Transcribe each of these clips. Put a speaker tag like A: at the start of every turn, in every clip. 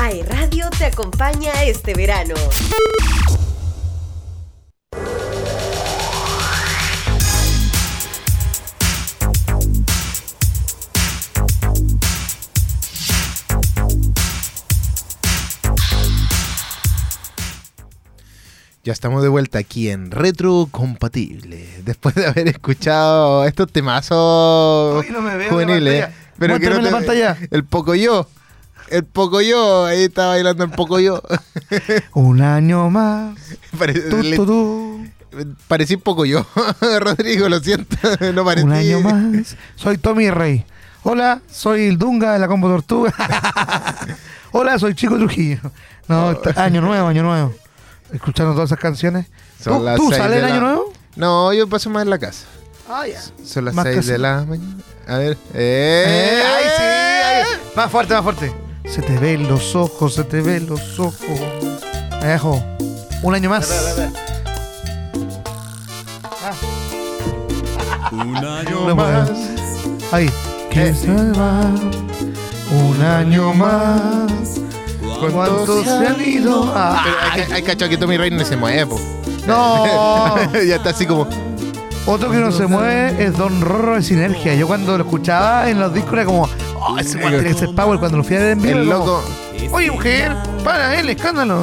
A: AERradio te acompaña este verano.
B: Ya estamos de vuelta aquí en Retrocompatible. Después de haber escuchado estos temazos
C: Uy, no me veo
B: juveniles.
C: en
B: eh.
C: la pantalla.
B: que
C: Muéstrame la pantalla.
B: El Pocoyo. El Pocoyo. Ahí está bailando el Pocoyo.
C: Un año más.
B: Pare-
C: Tu,
B: le-
C: tu, tu.
B: Parecí Pocoyo. Rodrigo, lo siento. No parecí.
C: Un año más. Soy Tommy Rey. Hola, soy el Dunga de la Combo Tortuga. Hola, soy Chico Trujillo.
B: Oh.
C: No, t- año nuevo, año nuevo. Escuchando todas esas canciones.
B: Son
C: ¿Tú,
B: las
C: tú
B: seis de
C: sales el año
B: la-
C: nuevo?
B: No, yo paso más en la casa.
C: Ah, ya.
B: Son las
C: Más
B: 6
C: casa.
B: de la mañana. A ver.
C: Eh,
B: ¡Eh!
C: ay, sí, ay, Más fuerte, más fuerte. Se te ven los ojos, se te ven los ojos. Me dejo. Un año más.
D: Un año
C: No
B: más.
C: puedo. Ahí.
B: Eh.
C: Que se va un año más. ¿Cuántos se han ido? Ah,
B: Pero hay, ca- hay cachado que Tommy Rey no se mueve, po.
C: no.
B: ya está así como.
C: Otro que Ah. no se mueve es Don Rorro de Sinergia. Yo cuando lo escuchaba en los discos era como, oh, ese weón tiene ese power. Cuando lo fui a ver en vivo,
B: El
C: era como,
B: loco.
C: Oye, mujer, para el escándalo.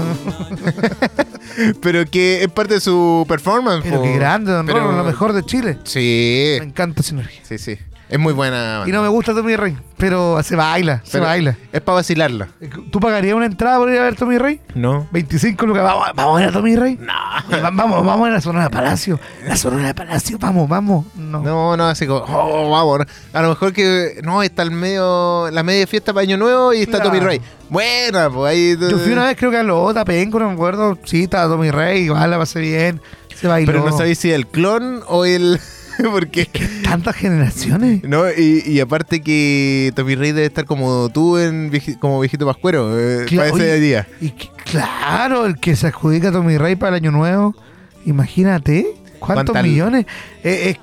B: Pero que es parte de su performance.
C: Pero
B: po.
C: qué grande, Don
B: Pero-
C: Rorro, lo mejor de Chile.
B: Sí,
C: Me encanta Sinergia.
B: sí, sí. Es muy buena.
C: Y no me gusta Tommy Rey, pero se baila, se
B: Pero
C: baila.
B: Es para vacilarla.
C: ¿Tú pagarías una entrada por ir a ver Tommy Rey?
B: No.
C: 25 lucas, vamos, vamos a ver a Tommy Rey. No. Vamos, vamos a la Sonora Palacio. La Sonora Palacio, vamos, vamos. No.
B: No, no, así como, oh, vamos. A lo mejor que, no, está el medio, la media fiesta para Año Nuevo y está
C: Claro.
B: Tommy Rey. Buena, pues ahí.
C: Yo fui una vez, creo que a Lota, Penco, no me acuerdo. Sí, estaba Tommy Rey, igual la pasé bien. Se bailó.
B: Pero no sabéis si el clon o el. Porque.
C: Tantas generaciones.
B: No, y, y aparte que Tommy Rey debe estar como tú en vieji- como viejito pascuero eh,
C: Cla-
B: para ese
C: oye,
B: día.
C: Y que- claro, el que se adjudica a Tommy Rey para el año nuevo. Imagínate, ¿cuántos
B: ¿Cuánta-
C: millones? Eh, eh,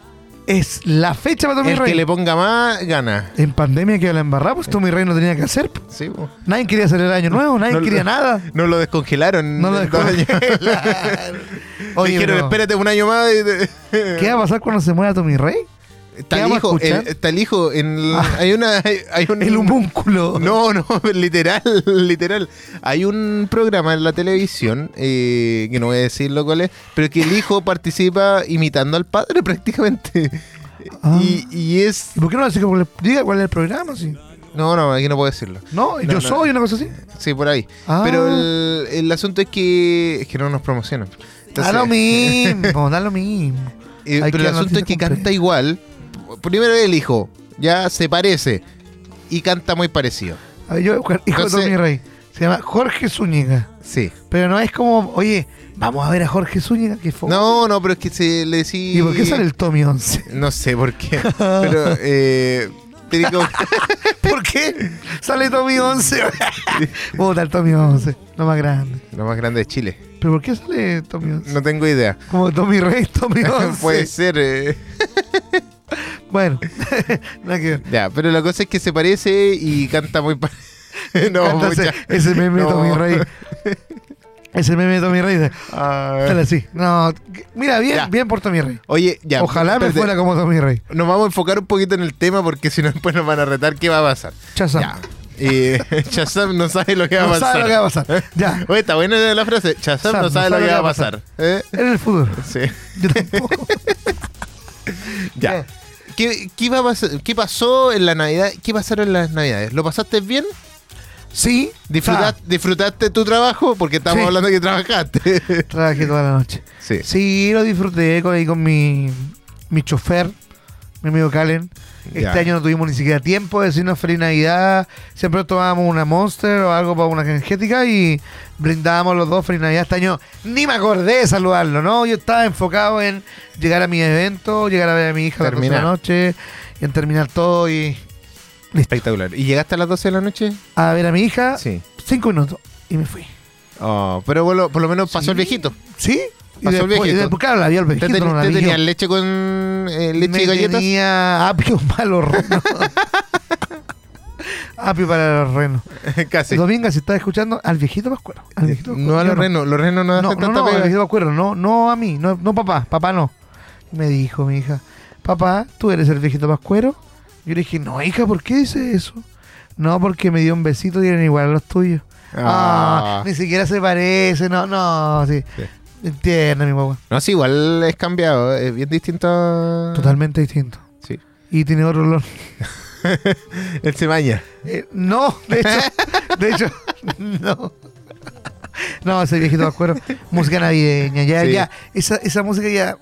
C: es la fecha para Tommy
B: El
C: Rey.
B: que le ponga más, gana.
C: En pandemia que la embarraba, pues Tommy Rey no tenía que hacer. po.
B: Sí, po.
C: Nadie quería hacer el año nuevo, nadie
B: No lo-
C: quería nada.
B: No lo descongelaron.
C: No lo
B: en dos años.
C: Oye,
B: Dijeron,
C: pero,
B: espérate un año más. y te-
C: ¿qué va a pasar cuando se muera Tommy Rey?
B: Está el
C: vamos a
B: hijo,
C: escuchar?
B: el- está el hijo. En el-
C: Ah.
B: hay una. Hay, hay un,
C: El homúnculo.
B: No, no, literal, literal. Hay un programa en la televisión, eh, que no voy a decirlo cuál es, pero que el hijo participa imitando al padre prácticamente.
C: Ah.
B: Y, y es...
C: ¿Y ¿Por qué no así como le diga cuál es el programa? sí?
B: No, no, aquí no puedo decirlo.
C: No, yo
B: no.
C: soy una cosa así.
B: Sí, por ahí.
C: Ah.
B: Pero el, el asunto es que, es que no nos promocionan.
C: Da
B: Entonces,
C: lo mismo, da lo mismo.
B: eh,
C: Hay
B: pero el
C: que
B: asunto es que
C: artista
B: canta
C: completo.
B: igual. Primero el hijo, ya se parece. Y canta muy parecido.
C: A ver, yo, hijo
B: Entonces-
C: de Tommy Rey. Se llama Jorge Zúñiga.
B: Sí.
C: Pero no es como, oye, vamos a ver a Jorge Zúñiga, que fue.
B: No, no, pero es que se le decía...
C: ¿Y por qué sale el Tommy 11?
B: No sé por qué. Pero, eh. tiene como-
C: ¿Por qué sale Tommy 11? Puta, el Tommy 11, lo más grande.
B: Lo más grande de Chile.
C: ¿Pero por qué sale Tommy 11?
B: No tengo idea.
C: Como Tommy Rey, Tommy 11.
B: Puede ser. eh.
C: Bueno, nada que ver.
B: Ya, pero la cosa es que se parece y canta muy. pa- no,
C: Canta ese-
B: mucha-
C: ese meme
B: no.
C: de Tommy Rey. Ese meme de Tommy Rey. de-
B: Ah,
C: Sale así. No, que- mira, bien,
B: Ya.
C: bien por Tommy Rey.
B: Oye, ya.
C: Ojalá me
B: espérate.
C: fuera como Tommy Rey.
B: Nos vamos a enfocar un poquito en el tema porque si no, después nos van a retar qué va a pasar.
C: Chazam.
B: Ya. Y Chazam no sabe lo que va a
C: No
B: pasar. ¿Eh?
C: sabe lo que va a pasar. Ya.
B: Oye, está buena la frase. Chazam no sabe lo que va a pasar. ¿Eh?
C: En el fútbol.
B: Sí.
C: Yo tampoco.
B: Ya.
C: Ya.
B: ¿Qué, qué, iba a pasar- qué pasó en la Navidad? ¿Qué pasaron en las Navidades? ¿Lo pasaste bien?
C: Sí.
B: ¿Disfruta-
C: ta,
B: ¿Disfrutaste tu trabajo? Porque estamos
C: Sí.
B: hablando que trabajaste.
C: Trabajé toda la noche.
B: sí.
C: Sí, lo disfruté con, ahí con mi, mi chofer, mi amigo Calen. Este
B: Ya.
C: año no tuvimos ni siquiera tiempo de decirnos feliz Navidad. Siempre tomábamos una Monster o algo para una energética y brindábamos los dos feliz Navidad. Este año ni me acordé de saludarlo, ¿no? Yo estaba enfocado en llegar a mi evento, llegar a ver a mi hija a las 12 de la
B: Terminar.
C: noche y en terminar todo y
B: Espectacular. ¿Y llegaste a las 12 de la noche?
C: a ver a mi hija.
B: Sí.
C: Cinco minutos y me fui.
B: Oh, pero bueno, por lo menos pasó
C: Sí.
B: el viejito.
C: ¿Sí? Y
B: Pasó el
C: después- y
B: viejito.
C: después, claro, la vi al
B: ¿Te,
C: viejito,
B: ten-
C: no la
B: te
C: vi yo.
B: tenías leche con eh, leche
C: me
B: y galletas?
C: tenía apio malo rojo. apio para los renos.
B: Casi.
C: Dominga, si estás escuchando, al viejito Pascuero. Al viejito
B: No a los
C: Pascuero.
B: renos. Los renos no,
C: No,
B: hacen
C: no,
B: tanta
C: no, al
B: pega.
C: viejito Pascuero, no, no a mí, no, no papá, papá no. Y me dijo mi hija, papá, ¿tú eres el viejito Pascuero? Yo le dije, no, hija, ¿por qué dice eso? No, porque me dio un besito y eran igual a los tuyos. Ah,
B: Ah.
C: ni siquiera se parece, no, no, sí.
B: Sí.
C: Entiende, mi papá.
B: No, sí, igual es cambiado. Es bien distinto. a-
C: Totalmente distinto.
B: Sí.
C: Y tiene otro olor.
B: Él se baña.
C: Eh, no, de hecho, de hecho, no. No, ese viejito de acuerdo. Música navideña, ya,
B: Sí.
C: ya. Esa, esa música ya.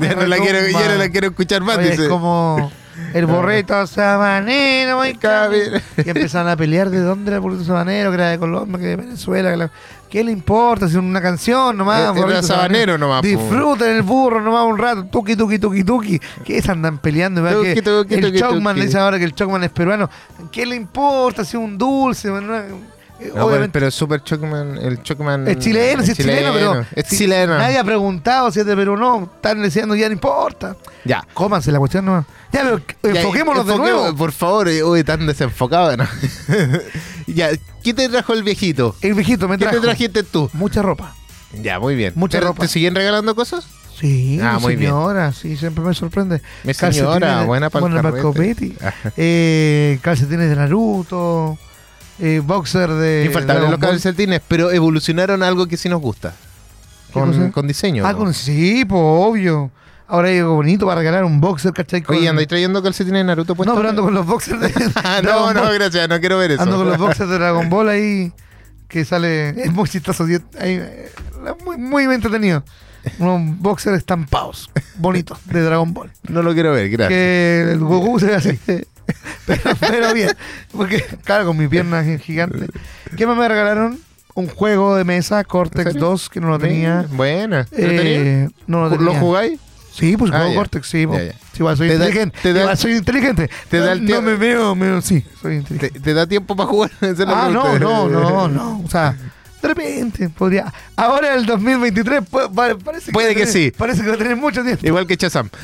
B: Ya no, la quiero, ya no la quiero escuchar más,
C: Oye, es
B: dice.
C: como el borrito sabanero, muy
B: Cabe-
C: Y empezaron a pelear de dónde era el burrito sabanero, que era de Colombia, que de Venezuela. Que la- ¿Qué le importa? Si una canción nomás.
B: Era
C: burrito
B: sabanero nomás, po.
C: Disfruten el burro nomás un rato. Tuki, tuki, tuki, tuki. ¿Qué es? Andan peleando. ¿verdad?
B: Tuki,
C: Que
B: tuki,
C: el
B: tuki,
C: Chocman
B: tuki.
C: le dicen ahora que el Chocman es peruano. ¿Qué le importa? Si un dulce. bueno, eh,
B: No, pero,
C: obviamente.
B: pero Super Chocman, el Chocman.
C: Es chileno,
B: es
C: si es chileno, pero.
B: Es
C: si-
B: chileno.
C: Nadie ha preguntado si es de Perú o no. Están diciendo ya no importa.
B: Ya.
C: Cómanse la cuestión nomás. Ya, pero
B: Ya,
C: enfoquémonos de
B: enfoquemos,
C: nuevo.
B: Por favor, eh, uy, tan desenfocado. ¿no? ya, ¿qué te trajo el viejito?
C: El viejito me
B: ¿Qué
C: trajo
B: te trajiste tú?
C: mucha ropa.
B: Ya, muy bien.
C: Mucha
B: ¿Te,
C: ropa.
B: ¿Te siguen regalando cosas?
C: Sí,
B: Ah,
C: mi
B: muy bien.
C: señora, sí, siempre me sorprende.
B: Mi
C: Calcetines
B: señora,
C: de-
B: buena pa'l
C: pa'l
B: carrete.
C: copete. Eh, calcetines de Naruto, eh, boxer de.
B: Infaltables los
C: Dragon Ball.
B: calcetines, E pero evolucionaron a algo que sí nos gusta.
C: ¿Qué
B: Con,
C: cosa?
B: con diseño.
C: Ah, con sí, pues obvio. Ahora yo bonito para regalar un boxer, ¿cachai? Con-
B: Oye, andáis trayendo calcetines E de Naruto
C: No,
B: puestos?
C: pero ando con los boxers de.
B: Ah, no,
C: Dragon
B: no,
C: Ball.
B: gracias, no quiero ver eso.
C: Ando con Ah, los boxers de Dragon Ball ahí. Que sale. Es muy chistoso. yo- ahí, eh, muy, muy entretenido. Unos boxers estampados. Bonitos. De Dragon Ball.
B: No lo quiero ver, gracias.
C: que el Goku se ve así. Pero, pero bien, porque claro, con mi pierna gi- gigante. ¿Qué más me regalaron? Un juego de mesa, Cortex
B: ¿En serio?
C: 2, que no lo tenía.
B: Buena. ¿Lo tenías?
C: Eh, no lo tenía.
B: ¿Lo jugáis?
C: Sí, pues
B: Ah,
C: juego
B: ya.
C: Cortex, sí. pues.
B: Ya, ya.
C: Sí, igual soy
B: Te da-
C: inteligente.
B: te da-
C: igual soy inteligente.
B: te da
C: No-
B: el
C: no,
B: tie-
C: me veo, me veo- sí, soy inteligente.
B: ¿Te, te da tiempo para jugar? Esa es la
C: Ah, no,
B: pregunta.
C: no, no, no. O sea, de repente podría. Ahora el 2023 pu- pa- parece que,
B: Puede
C: va a
B: que
C: tener-
B: sí.
C: Parece que va a tener mucho tiempo.
B: Igual que Chazam.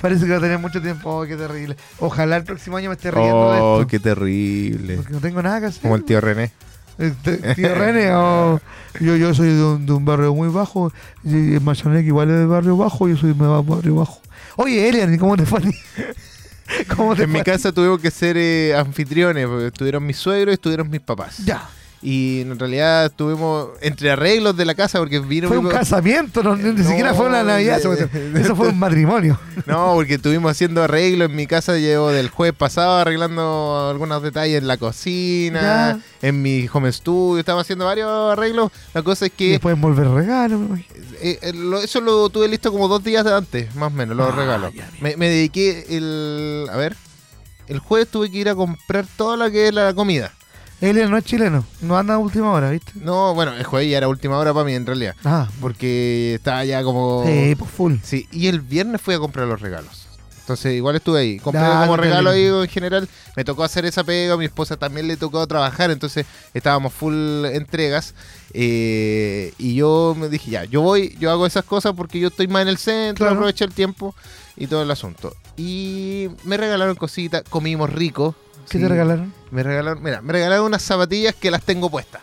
C: Parece que va a tener mucho tiempo. Oh, qué terrible. Ojalá el próximo año me esté riendo de
B: Oh,
C: esto.
B: qué terrible.
C: Porque no tengo nada que hacer.
B: Como el tío René.
C: Eh, t- tío René, o- yo, yo soy de un, de un barrio muy bajo. Y y Mayanek igual es de barrio bajo. Yo soy de ba- barrio bajo. Oye, Elian, ¿y ¿cómo te fue? a ti? ¿Cómo te
B: En
C: fue?
B: mi casa tuvimos que ser eh, anfitriones. porque Estuvieron mis suegros y estuvieron mis papás.
C: Ya.
B: Y en realidad tuvimos entre arreglos de la casa porque vino.
C: Fue
B: mi
C: un
B: pa-
C: casamiento, no, ni ni
B: No, eh,
C: siquiera fue una Navidad.
B: de- de-
C: Eso fue un matrimonio.
B: No, porque estuvimos haciendo arreglos en mi casa. Llevo del jueves pasado arreglando algunos detalles en la cocina, en mi home studio. Estamos haciendo varios arreglos. La cosa es
C: Y
B: que
C: después envolver regalo, me imagino.
B: eh, eh, lo- eso lo tuve listo como dos días antes, más o menos, los
C: Ah,
B: regalos.
C: ya, bien.
B: Me, me dediqué el. A ver. El jueves tuve que ir a comprar toda la que es la comida.
C: Elian no es chileno. No anda a última hora, ¿viste?
B: No, bueno, el jueves ya era última hora para mí en realidad.
C: Ah,
B: Porque estaba ya como.
C: sí, pues full.
B: Sí, y el viernes fui a comprar los regalos. Entonces, igual estuve ahí. Compré
C: Ah,
B: como
C: no te
B: regalo ahí
C: olvides.
B: en general. Me tocó hacer esa pega. A mi esposa también le tocó trabajar. Entonces, estábamos full entregas. Eh, y yo me dije, ya, yo voy, yo hago esas cosas porque yo estoy más en el centro.
C: Claro.
B: Aproveché el tiempo y todo el asunto. Y me regalaron cositas. Comimos rico.
C: ¿Qué
B: Sí,
C: te regalaron?
B: Me regalaron, mira, me regalaron unas zapatillas que las tengo puestas.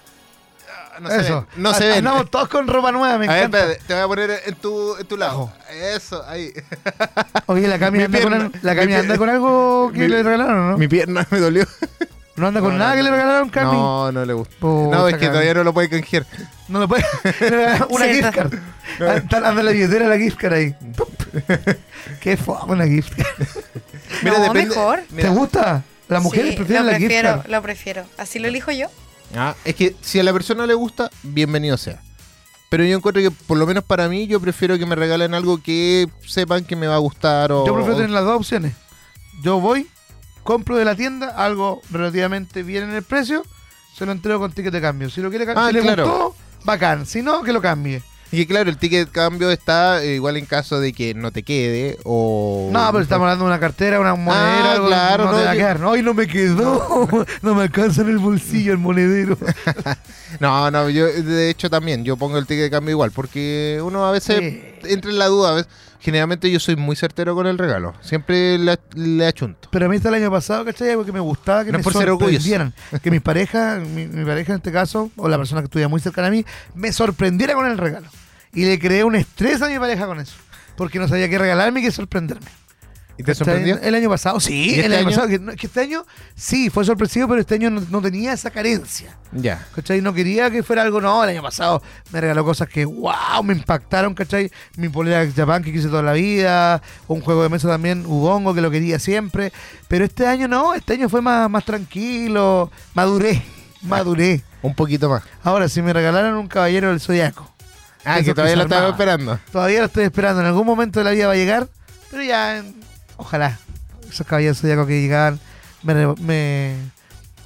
B: Ah, No se
C: Eso.
B: ven. No se
C: Ah,
B: ven.
C: Andamos todos con ropa nueva, me
B: a ver,
C: encanta.
B: espérate, te voy a poner en tu, en tu lado. Eso, ahí.
C: Oye, la Cami
B: Mi
C: anda,
B: pierna,
C: con, al- la
B: mi
C: Cami
B: pierna.
C: anda con algo que
B: Mi-
C: le regalaron, ¿no?
B: Mi pierna me dolió.
C: no anda con
B: no,
C: nada
B: no,
C: que le
B: no.
C: regalaron, Cami.
B: No, no le gusta.
C: Puta,
B: no, es que
C: Cami.
B: todavía no lo puede canjear.
C: No le puede. una gift card. Anda, anda la billetera la gift card ahí. Pup. Qué fome una gift card.
B: Mira,
D: no,
B: depende-
D: mejor.
B: mira,
C: ¿Te gusta? Las mujeres
D: Sí,
C: prefieren
D: lo
C: la gift
D: prefiero,
C: card.
D: Lo prefiero. Así lo elijo yo.
B: ah, es que si a la persona le gusta, bienvenido sea. Pero yo encuentro que, por lo menos para mí, yo prefiero que me regalen algo que sepan que me va a gustar o...
C: Yo prefiero tener las dos opciones. Yo voy, compro de la tienda algo relativamente bien en el precio, se lo entrego con ticket de cambio. Si lo quiere cambiar,
B: Ah,
C: si le
B: claro.
C: gustó, bacán. Si no, que lo cambie.
B: Y que, claro, el ticket de cambio está eh, igual en caso de que no te quede o...
C: No, pero estamos hablando de una cartera, una monedera, algo
B: Ah, claro,
C: no,
B: no,
C: te va a
B: yo-
C: quedar. Ay, no me quedó. No me alcanza en el bolsillo el monedero.
B: No, no, yo de hecho también, yo pongo el ticket de cambio igual, porque uno a veces
C: Sí.
B: entra en la duda, a veces, generalmente yo soy muy certero con el regalo. Siempre le, le achunto.
C: Pero a mí hasta el año pasado, ¿cachai? Algo que me gustaba que
B: No
C: me
B: es por ser orgulloso.
C: sorprendieran. que mi pareja, mi, mi pareja en este caso, o la persona que estuviera muy cercana a mí, me sorprendiera con el regalo. Y le creé un estrés a mi pareja con eso. Porque no sabía qué regalarme y qué sorprenderme.
B: ¿Y te
C: ¿Cachai? Eh,
B: sorprendió?
C: El año pasado, sí.
B: ¿Y este
C: el año,
B: año?
C: pasado. Que, no- que este año, sí, fue sorpresivo, pero este año no, no tenía esa carencia.
B: Ya.
C: ¿Cachai? No quería que fuera algo, no, el año pasado me regaló cosas que, wow, me impactaron, ¿cachai? Mi polera de Japan que quise toda la vida, un juego de mesa también, Ubongo, que lo quería siempre, pero este año no, este año fue más, más tranquilo, maduré, maduré.
B: Un poquito más.
C: Ahora, si me regalaron un caballero del zodiaco,
B: Ah, que
C: Eso que
B: todavía
C: se
B: lo estaba
C: armaba.
B: esperando.
C: todavía lo estoy esperando, en algún momento de la vida va a llegar, pero ya, en- ojalá, esos caballeros del zodiaco que llegaban me, re- me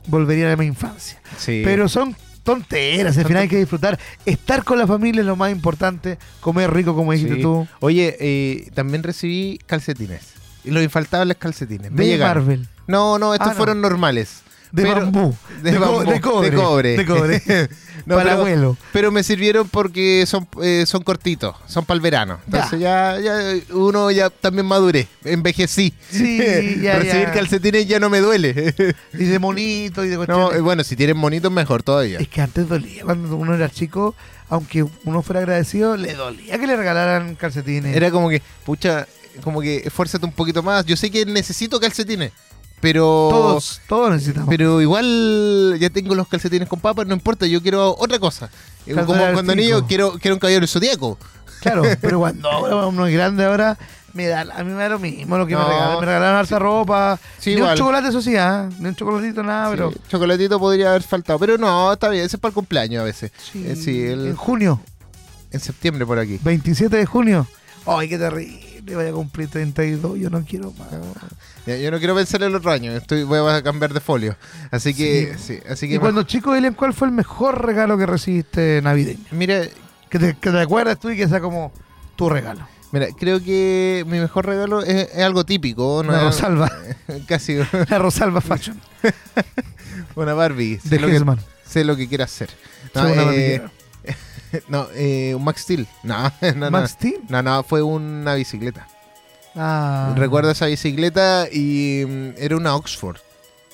C: volverían a mi infancia.
B: Sí.
C: Pero son tonteras, al final hay que disfrutar. Estar con la familia es lo más importante, comer rico como dijiste
B: Sí.
C: tú.
B: Oye, eh, también recibí calcetines. Y los infaltables calcetines. Me
C: De
B: llegaron.
C: Marvel,
B: No, no, estos
C: Ah, no.
B: fueron normales.
C: de
B: Pero-
C: bambú,
B: de
C: co-
B: bambú,
C: de cobre,
B: de cobre.
C: de cobre.
B: No,
C: para el
B: pero-
C: abuelo.
B: Pero me sirvieron porque son, eh, son cortitos, son para el verano. Entonces ya. Ya, uno ya también maduré, envejecí.
C: Sí, ya,
B: Recibir
C: ya.
B: calcetines ya no me duele.
C: Y de monito y de
B: No,
C: cuestiones.
B: eh, bueno, si tienen monitos mejor todavía.
C: Es que antes dolía, cuando uno era chico, aunque uno fuera agradecido, le dolía que le regalaran calcetines.
B: Era como que, pucha, como que esfuérzate un poquito más. Yo sé que necesito calcetines, pero
C: todos, todos necesitamos.
B: pero igual ya tengo los calcetines con papas, no importa, yo quiero otra cosa. Eh,
C: Calzar
B: Como
C: al
B: cuando
C: cinco.
B: niño quiero, quiero un caballero zodíaco.
C: Claro, pero cuando ahora uno es grande ahora, me da, a mí me da lo mismo lo que me
B: No,
C: regalan. Me regalaron harta ropa,
B: Sí,
C: ni un
B: igual.
C: chocolate, eso sí, ah, ni un chocolatito, nada, pero...
B: Sí, chocolatito podría haber faltado, pero no, está bien, ese es para el cumpleaños a veces.
C: Sí,
B: Eh, sí, el-
C: En junio,
B: en septiembre por aquí.
C: 27 de junio. Ay, qué terrible, voy a cumplir 32, yo no quiero más.
B: Ya, Yo no quiero pensar en el otro año, estoy, voy a cambiar de folio. Así que, sí, así que
C: Y cuando chico, Elian, ¿cuál fue el mejor regalo que recibiste navideño?
B: mira,
C: Que te, que te acuerdas tú y que sea como tu regalo.
B: mira, creo que mi mejor regalo es, es algo típico, ¿no?
C: La Rosalba,
B: eh, Casi
C: la Rosalba Fashion
B: una Barbie. Sé
C: de
B: lo, que,
C: Hesman.
B: sé lo que quiere hacer. No,
C: Soy una
B: eh,
C: barbillera.
B: no, eh, un Max Steel. No, no, no.
C: Max Steel.
B: No, no, fue una bicicleta.
C: Ah.
B: Recuerdo esa bicicleta y mm, era una Oxford.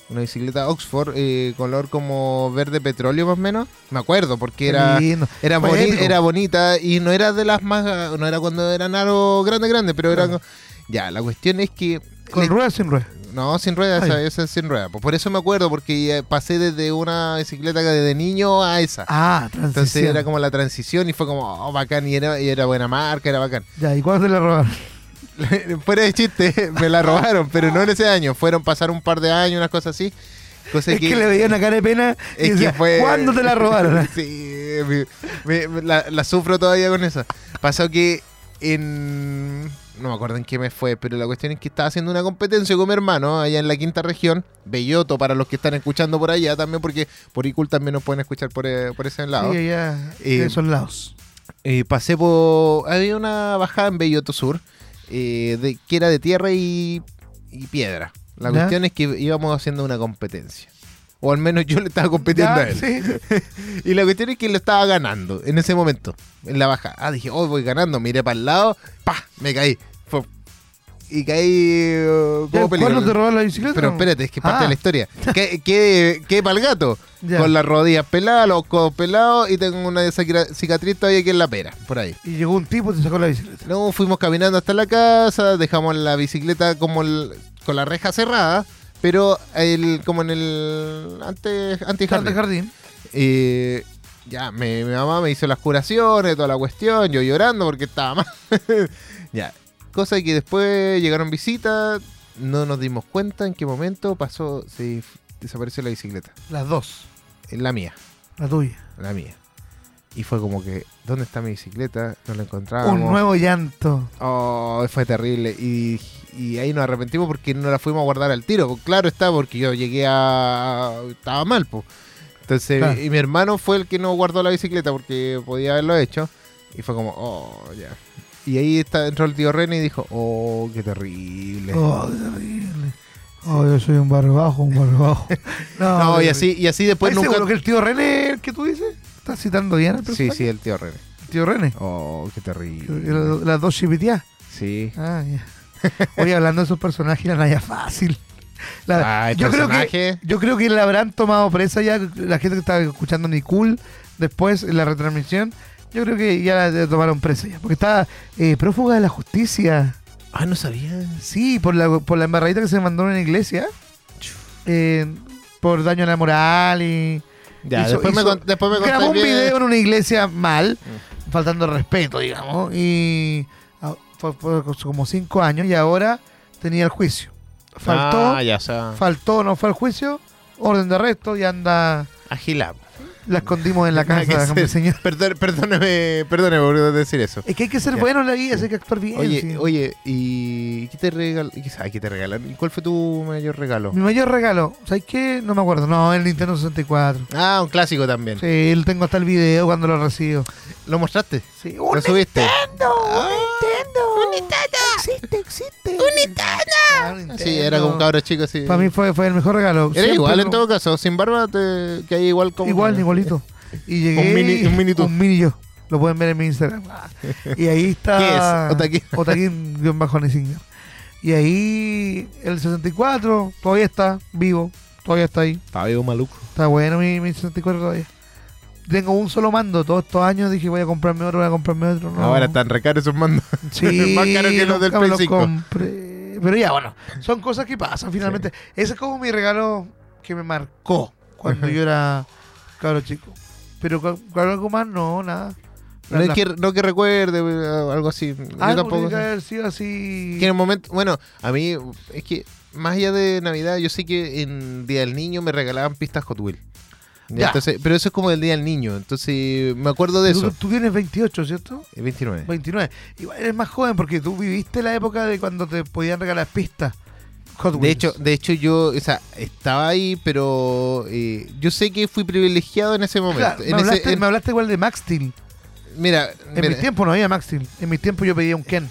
B: Una bicicleta Oxford, eh, color como verde petróleo más o menos. Me acuerdo porque
C: Qué
B: era,
C: lindo.
B: era,
C: Fue
B: boni-
C: épico.
B: era bonita y no era de las más... No era cuando eran algo grande, grande, pero era... Ya, la cuestión es que...
C: Con
B: le-
C: ruedas o sin ruedas.
B: no, sin ruedas,
C: Ay.
B: esa, esa es sin ruedas. Pues por eso me acuerdo, porque eh, pasé desde una bicicleta que desde niño a esa.
C: Ah, transición.
B: Entonces era como la transición y fue como, oh, bacán, y era, y era buena marca, era bacán.
C: Ya, ¿y cuándo te la robaron?
B: Fuera de chiste, me la robaron, pero no en ese año. Fueron pasar un par de años, unas cosas así. Cosa
C: es que, le veía una cara de pena y
B: es que
C: decía,
B: fue-
C: ¿cuándo te la robaron?
B: sí, me- me- me- la, la sufro todavía con esa. Pasó que en... No me acuerdo en qué mes fue, pero la cuestión es que estaba haciendo una competencia con mi hermano allá en la quinta región, Belloto, para los que están escuchando por allá también, porque por ICUL también nos pueden escuchar por, eh, por ese lado.
C: Sí, ya,
B: Eh,
C: de esos lados.
B: Eh, pasé por. Había una bajada en Belloto Sur eh, de, que era de tierra y, y piedra. La
C: ¿Ya?
B: cuestión es que íbamos haciendo una competencia. O al menos yo le estaba compitiendo
C: Ya,
B: a él.
C: sí.
B: Y la cuestión es que lo estaba ganando en ese momento, en la bajada. Ah, dije, oh, voy ganando. Miré para el lado, ¡pah! Me caí. Fue- y caí eh,
C: Ya,
B: como
C: ¿Cuándo te
B: peligro.
C: robaron la bicicleta?
B: Pero espérate, es que parte
C: Ah.
B: de la historia. ¿Qué, qué, qué para el gato?
C: Ya.
B: Con las rodillas peladas, los codos pelados y tengo una cicra- cicatriz todavía aquí en la pera, por ahí.
C: Y llegó un tipo y te sacó la bicicleta.
B: No, fuimos caminando hasta la casa, dejamos la bicicleta como el- con la reja cerrada, pero el, como en el antes antes
C: Tarde jardín.
B: eh, ya, me- mi mamá me hizo las curaciones, toda la cuestión, yo llorando porque estaba mal. ya, cosa que después llegaron visitas, no nos dimos cuenta en qué momento pasó, se f- desapareció la bicicleta,
C: Las dos.
B: Eh, la mía,
C: La tuya.
B: la mía. Y fue como que, ¿dónde está mi bicicleta? No la encontrábamos.
C: Un nuevo llanto.
B: Oh, fue terrible. Y, y ahí nos arrepentimos porque no la fuimos a guardar al tiro. Pues Claro está, porque yo llegué a. Estaba mal, pues. Entonces,
C: Claro.
B: y mi hermano fue el que no guardó la bicicleta porque podía haberlo hecho. Y fue como, oh, ya. Y ahí está, entró el tío René y dijo, oh, qué terrible.
C: Oh, qué terrible. Oh, yo soy un barbajo, un barbajo. No, pues,
B: no, y
C: terrible.
B: así, y así después
C: ¿Estás seguro
B: nunca.
C: que el tío René, el que tú dices? ¿Estás citando bien al
B: Sí,
C: personaje?
B: sí, el tío René.
C: El tío René.
B: Oh, qué terrible.
C: Las dos chipiteadas.
B: Sí.
C: Ah, ya. Oye, hablando de sus personajes, la Naya fácil. La-
B: Ay,
C: Ah, yo, creo que,
B: Ah, personaje.
C: yo creo que la habrán tomado presa ya. La gente que estaba escuchando Nicole después en la retransmisión, yo creo que ya la la tomaron presa ya. Porque estaba eh, prófuga de la justicia.
B: Ah, no sabía.
C: Sí, por la, por la embarradita que se mandó en la iglesia. Eh, por daño a la moral y.
B: Ya,
C: Hizo-
B: después, me
C: hizo-
B: con- después me
C: grabó
B: contáis
C: un
B: bien.
C: video en una iglesia mal, faltando el respeto, digamos, y ah, fue, fue como cinco años y ahora tenía el juicio. Faltó,
B: Ah, ya, o sea,
C: faltó, no fue al juicio, orden de arresto y anda,
B: agilado.
C: la escondimos en la
B: Nada que
C: casa,
B: hacer.
C: como señor.
B: Perdón- perdóneme, perdóneme por decir eso.
C: Es que hay que ser
B: Ya.
C: bueno en la vida, hay que actuar bien.
B: Oye,
C: sí.
B: oye, ¿y qué te regal qué, ah, qué te regalan? ¿Cuál fue tu mayor regalo?
C: Mi mayor regalo, ¿sabes qué? No me acuerdo, no, el Nintendo 64.
B: Ah, un clásico también.
C: Sí, él tengo hasta el video cuando lo recibo.
B: ¿Lo mostraste?
C: Sí,
B: ¿Lo ¡Ah! subiste?
C: Nintendo, un Nintendo. Un Nintendo. Existe, existe. Ah, Un Nintendo.
B: Sí, era como un cabro chico así.
C: Para mí fue, fue el mejor regalo.
B: Era
C: Siempre
B: igual
C: lo-
B: en todo caso, sin barba te caía igual como.
C: Igual, igualito. Y llegué.
B: Un mini- un mini tú.
C: Un mini yo. Lo pueden ver en mi Instagram. Y ahí está.
B: ¿Qué es? Otaquín.
C: Otaquín, guión bajo Nisinger. Y ahí el 64 todavía está vivo. Todavía está ahí.
B: Estaba vivo maluco.
C: Está bueno mi, mi 64 todavía. Tengo un solo mando. Todos estos años dije voy a comprarme otro, voy a comprarme otro. No.
B: Ahora están recaros esos mandos.
C: Sí,
B: Más caro que los del
C: nunca me
B: Play
C: los
B: 5.
C: compré. Pero ya, bueno, son cosas que pasan finalmente. Ese es como mi regalo que me marcó cuando yo era cabro chico. Pero con- con algo más, no, nada.
B: No, es que, no que recuerde, eh, algo así. Yo
C: algo
B: tampoco.
C: tiene que haber sido así.
B: Que en el momento, bueno, a mí es que más allá de Navidad, yo sé que en Día del Niño me regalaban pistas Hot Wheels. Ya,
C: Ya.
B: Entonces, pero eso es como el Día del Niño, entonces me acuerdo de
C: Tú,
B: eso.
C: tú tienes 28, ¿cierto?
B: El 29.
C: 29. Igual eres más joven porque tú viviste la época de cuando te podían regalar pistas. Hot
B: De
C: Wheels.
B: hecho, de hecho yo, o sea, estaba ahí, pero eh, yo sé que fui privilegiado en ese momento.
C: Claro,
B: En
C: me,
B: ese-
C: hablaste,
B: en-
C: me hablaste igual de Max Steel.
B: mira,
C: En
B: mira,
C: mis tiempos no había Max Steel. En mis tiempos yo pedía un Ken.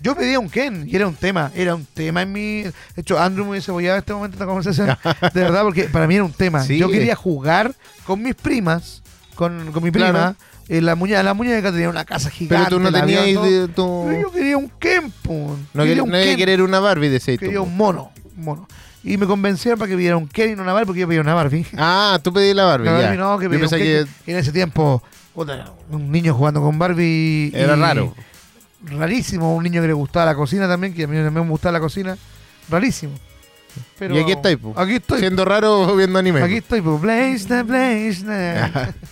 C: Yo pedía un Ken y era un tema. Era un tema en mi. De hecho, Andrew me hubiese apoyado en este momento en la conversación. De verdad, porque para mí era un tema.
B: Sí.
C: Yo quería jugar con mis primas, con, con mi prima.
B: Claro.
C: eh, la, muñeca, la muñeca tenía una casa
B: pero
C: gigante.
B: tú no
C: la
B: tenías
C: había-
B: de- tú-
C: Pero Yo quería un Ken, po.
B: no
C: quería
B: quer-
C: un
B: no había
C: Ken.
B: que querer una Barbie de ese
C: Quería un mono. un mono. Y me convencieron para que pidiera un Ken y no una Barbie, porque yo pedía una Barbie.
B: Ah, tú pedí la Barbie.
C: La
B: ya.
C: Barbie no, que
B: Yo
C: pedía un
B: pensé
C: Ken,
B: que
C: que en ese tiempo, puta, un niño jugando con Barbie. y-
B: era raro.
C: rarísimo, un niño que le gustaba la cocina también, que a mí también me gustaba la cocina, rarísimo. Pero
B: Y aquí estoy, po.
C: Aquí estoy,
B: Siendo raro viendo anime.
C: aquí estoy, po. Blaze, blaze.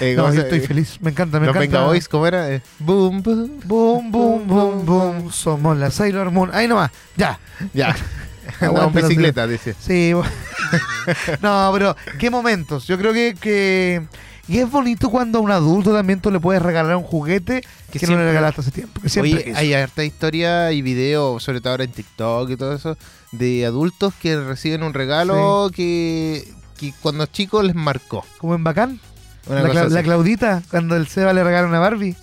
B: Eh,
C: No,
B: ¿cómo
C: yo
B: se-
C: estoy feliz, me encanta, me
B: Los
C: encanta.
B: Venga Boys, ¿cómo era? Eh, boom, boom.
C: Boom, boom, boom, boom, somos la Sailor Moon. Ahí nomás, ya.
B: Ya. Andaba en
C: Aguanta la
B: bicicleta, dice.
C: Sí. bo- no, pero qué momentos. Yo creo que, que- Y es bonito cuando a un adulto también tú le puedes regalar un juguete que,
B: Que
C: no
B: siempre-
C: le regalaste hace tiempo. Que siempre
B: Oye,
C: quiso.
B: hay harta historia y video, sobre todo ahora en TikTok y todo eso, de adultos que reciben un regalo que, que cuando chicos les marcó.
C: Como en Bacán.
B: Una
C: la,
B: cosa
C: Cla-
B: así.
C: la Claudita, cuando el Seba le regala una Barbie.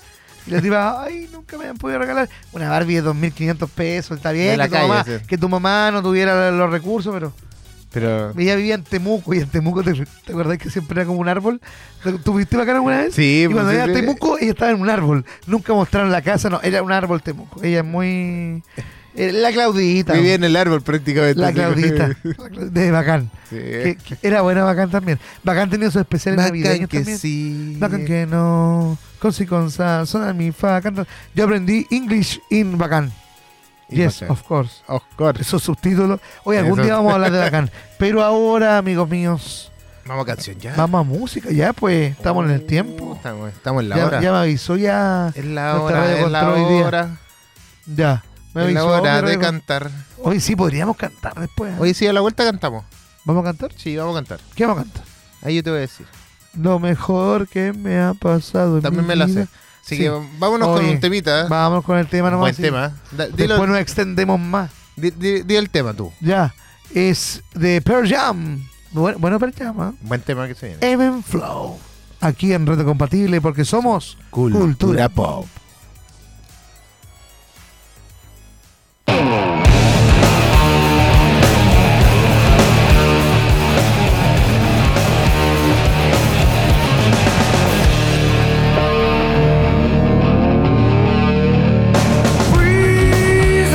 C: Y la tipa, ay, nunca me han podido regalar. Una Barbie de 2.500 pesos, está bien.
B: De la
C: que, tu
B: calle,
C: mamá,
B: sí.
C: que tu mamá no tuviera los recursos, pero
B: Pero...
C: ella vivía en Temuco. Y en Temuco, ¿te, te acordás que siempre era como un árbol? ¿Tuviste bacán alguna vez?
B: Sí,
C: Y cuando
B: pues,
C: era
B: sí, sí.
C: Temuco, ella estaba en un árbol. Nunca mostraron la casa, no, era un árbol Temuco. Ella es muy. eh, La Claudita.
B: Vivía en el árbol prácticamente.
C: La Claudita. De bacán.
B: Sí.
C: Que- que era buena bacán también. Bacán tenía su especial
B: Eh. Bacán
C: navideño
B: que
C: también.
B: sí.
C: Bacán que no. Con si con sa, son a mi fa, canta. Yo aprendí English in Bacán.
B: Y
C: Yes,
B: bacán.
C: of course.
B: Of course.
C: Esos subtítulos. Hoy algún
B: Eso.
C: día vamos a hablar de Bacán. Pero ahora, amigos míos,
B: Vamos a canción ya.
C: vamos a música. Ya, pues, estamos en el tiempo.
B: Estamos, estamos en Oh. la
C: Ya,
B: hora.
C: ya me avisó, ya.
B: Es la
C: Nuestra
B: hora,
C: radio
B: es la
C: control hoy día.
B: hora.
C: Ya. Me Ah.
B: Es la
C: avisó.
B: hora
C: mi
B: de
C: radio-
B: cantar.
C: Hoy sí podríamos cantar después. ¿eh?
B: Hoy sí, a la vuelta cantamos.
C: ¿Vamos a cantar?
B: Sí, vamos a cantar.
C: ¿Qué vamos a cantar?
B: Ahí yo te voy a decir.
C: Lo mejor que me ha pasado. en
B: También
C: mi
B: me la sé.
C: vida.
B: Así
C: Pues Sí.
B: que vámonos con
C: Oye,
B: un temita. ¿eh?
C: Vamos con el tema nomás.
B: Buen
C: sí.
B: tema. Da- dilo,
C: Después nos extendemos más.
B: di, di- di el tema tú.
C: Ya. Es de Pearl Jam. Bueno, bueno Pearl Jam, ¿ah?
B: Buen tema que se viene.
C: Even Flow. Aquí en Reto Compatible porque somos Cultura, Pop. Free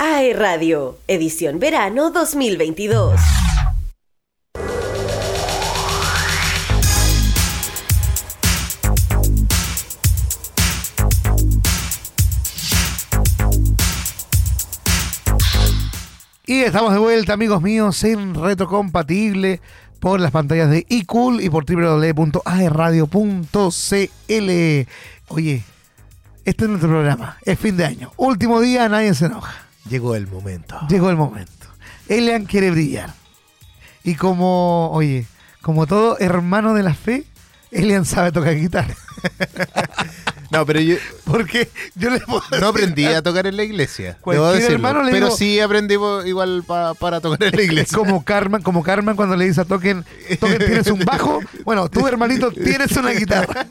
A: CAE Radio, edición verano 2022.
C: Y estamos de vuelta, amigos míos, en Reto Compatible por las pantallas de iCool y por www.aerradio.cl. Oye, este es nuestro programa, es fin de año, último día, nadie se enoja.
B: Llegó el momento.
C: Llegó el momento. Elian quiere brillar. Y como, oye, como todo hermano de la fe, Elian sabe tocar guitarra.
B: No, pero yo
C: Porque yo le puedo
B: no aprendí a tocar en la iglesia.
C: Cualquier
B: debo decirlo,
C: hermano le
B: pero
C: digo-
B: sí aprendí po- igual pa- para tocar en la
C: Es
B: iglesia.
C: como Carmen, como Carmen cuando le dice a Token, Token tienes un bajo. Bueno, tú hermanito tienes una guitarra.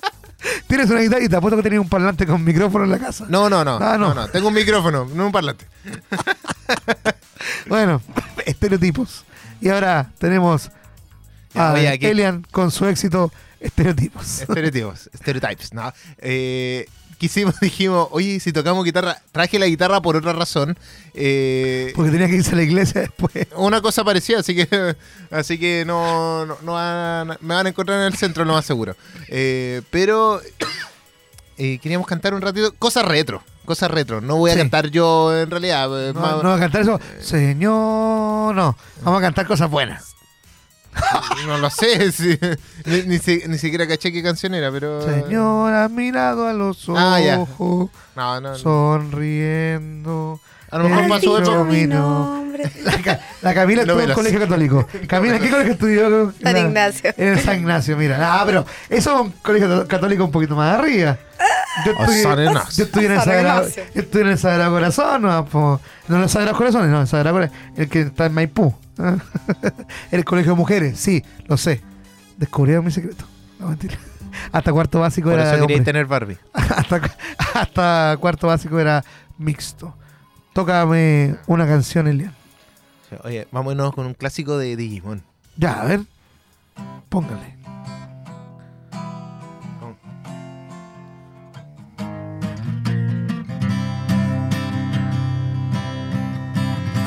C: Tienes una guitarra y te apuesto que tenías un parlante con micrófono en la casa.
B: No, no, no,
C: Ah, no.
B: no. no. Tengo un micrófono, no un parlante.
C: Bueno, estereotipos. Y ahora tenemos
B: Ya,
C: a
B: oye, aquí-
C: Elian con su éxito estereotipos.
B: Estereotipos, stereotypes, no. Eh, quisimos, dijimos, oye, si tocamos guitarra, traje la guitarra por otra razón. Eh,
C: Porque tenía que irse a la iglesia después.
B: una cosa parecida, así que así que no, no, no van- me van a encontrar en el centro, lo más seguro. Eh, pero eh, queríamos cantar un ratito, cosas retro, cosas retro. No voy a
C: Sí.
B: cantar yo en realidad. eh,
C: No,
B: más-
C: no va a cantar eso.
B: eh.
C: Señor, no. Vamos a cantar cosas buenas.
B: no lo sé, sí. ni, ni si- ni siquiera caché qué canción era, pero...
C: Señora, mirado a los ojos.
B: Eh. Ah, ya. No, no, no.
C: Sonriendo.
B: A lo mejor
C: el
B: pasó otro-
D: mi
C: camino.
D: nombre.
C: La, Ca- la Camila estuvo en
B: Novelas.
C: colegio católico. Camila, ¿qué colegio estudió?
D: San
C: Era-
D: Ignacio.
C: En el San Ignacio, mira. Ah, pero eso es un colegio católico un poquito más arriba. Yo
B: Ah, San Ignacio.
C: yo estudié en el
D: San
C: Sagrado,
D: Ignacio.
C: yo estudié en el Sagrado Corazón, no, po. no en el Sagrado Corazón, no, el Sagrado Corazón, el que está en Maipú. el colegio de mujeres, sí, lo sé. Descubrieron mi secreto. No, mentira. Hasta cuarto básico
B: Por
C: era de
B: eso queréis
C: hombre.
B: tener Barbie.
C: hasta, hasta cuarto básico era mixto. Tócame una canción, Elian.
B: Oye, vámonos con un clásico de Digimon.
C: Ya, a ver. Póngale.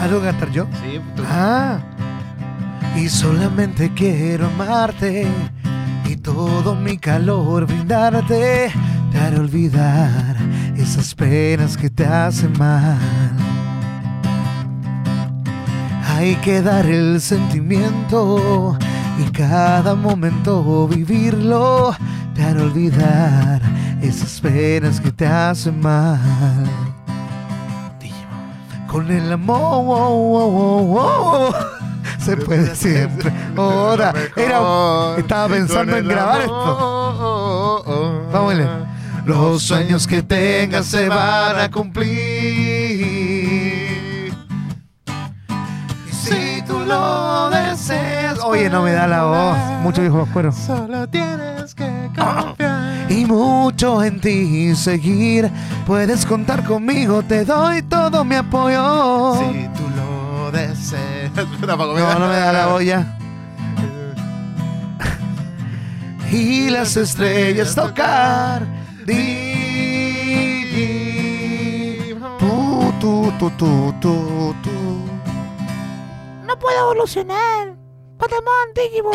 C: ¿Ah, tengo que cantar yo?
B: Sí,
C: Ah. Y solamente quiero amarte y todo mi calor brindarte. Te haré olvidar esas penas que te hacen mal. Hay que dar el sentimiento y cada momento vivirlo. Te haré olvidar esas penas que te hacen mal con el amor. oh, oh, oh, oh, oh. Se puede siempre. Ahora, era, estaba pensando en grabar esto.
B: esto.
C: Vámonos. Los sueños que tengas se van a cumplir. Y si tú lo deseas. Oye, no me da la voz. Mucho viejo cuero.
B: Solo tienes que confiar.
C: y mucho en ti seguir. Puedes contar conmigo, te doy todo mi apoyo.
B: Si tú lo deseas. Tampoco
C: Ah. No, no me da la olla. Y las estrellas tocar. Di- tu, tu, tu, tu, tu, tu. No puedo evolucionar. Pokémon Digimon.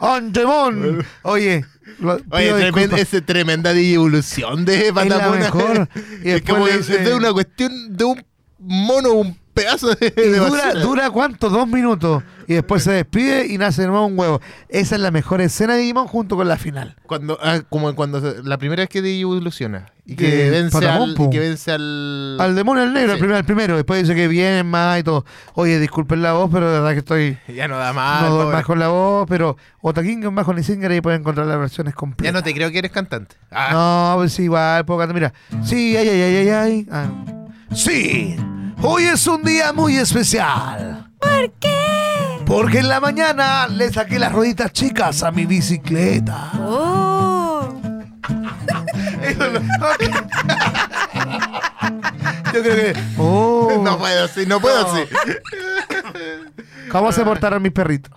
C: Antemon. Oye, lo-
B: Oye,
C: pido
B: tremenda,
C: disculpas.
B: es tremenda digievolución de Patapona.
C: mejor. Y
B: es
C: después
B: como
C: le
B: que
C: dice-
B: es de una cuestión de un mono, un pedazo de,
C: Y
B: de
C: dura,
B: basura.
C: dura cuánto, dos minutos. Y después se despide y nace de nuevo un huevo. Esa es la mejor escena de Digimon junto con la final.
B: Cuando, ah, como cuando se- la primera vez que digievoluciona y que,
C: Que
B: vence
C: Patamón,
B: al,
C: po.
B: y que vence al.
C: Al demonio el negro, el
B: Sí.
C: primero, el primero. Después dice que vienen más y todo. Oye, disculpen la voz, pero de verdad que estoy.
B: Ya no da más.
C: no doy
B: pobre.
C: más con la voz, pero Otaking bajo Nisinger ahí pueden encontrar las versiones
B: Ya
C: completas.
B: no te creo que eres cantante. Ah,
C: No, pues sí, igual, puedo cantar. Mira, sí, ay, ay, ay, ay, ay. Ah. Sí, hoy es un día muy especial. ¿Por qué? Porque en la mañana le saqué las rueditas chicas a mi bicicleta.
D: Oh,
C: Eso lo- Yo creo que. Oh,
B: No puedo así, no puedo así.
C: ¿Cómo se portaron mis perritos?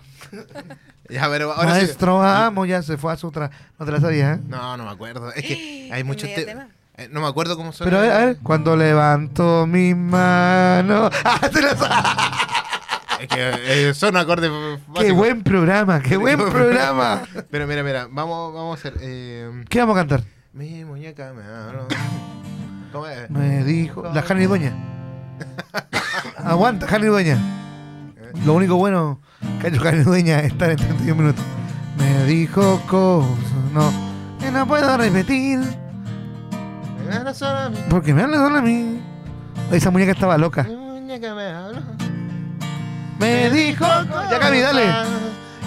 B: Ya, pero ahora sí.
C: Maestro amo, ya se fue a su otra. No te la sabías, ¿eh?
B: No, no me acuerdo. Es que hay muchos
D: Medio
B: temas.
D: tema.
B: Eh, no me acuerdo cómo suena.
C: Pero a ver, a ver. Cuando levanto mis manos. ¡Ah, te la sabes!
B: Es que eh, son acordes. básicos.
C: ¡Qué buen programa! ¡Qué buen programa!
B: Pero mira, mira, vamos, vamos a hacer. eh,
C: ¿Qué vamos a cantar?
B: mi muñeca me habló. ¿Cómo es?
C: Me dijo. Eh, La Harry Doña. Aguanta, Harry Doña. Lo único bueno, Cacho Harry Doña, es estar en 31 minutos. Me dijo cosas, no. Que no puedo repetir.
B: Era solo mi
C: Porque me hablan solo a mí. Esa muñeca estaba loca.
B: mi muñeca me habló.
C: Me dijo. co- Ya, Cami, dale.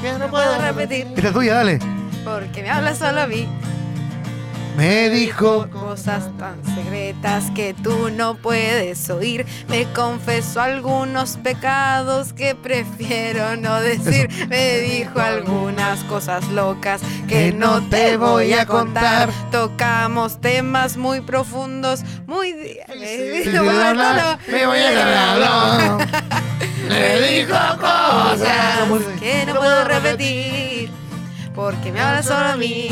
B: Que no
D: No puedo repetir
C: Esta es tuya, dale.
D: porque me habla solo a mí.
C: Me dijo.
D: cosas tan secretas que tú no puedes oír. Me confesó algunos pecados que prefiero no decir. Me dijo algunas cosas locas que no te voy a contar. Tocamos temas muy profundos, muy. di-
B: sí,
D: No voy a hablar solo.
C: Me voy a ganar.
B: Me dijo
D: cosas que no puedo repetir porque me habla solo a mí.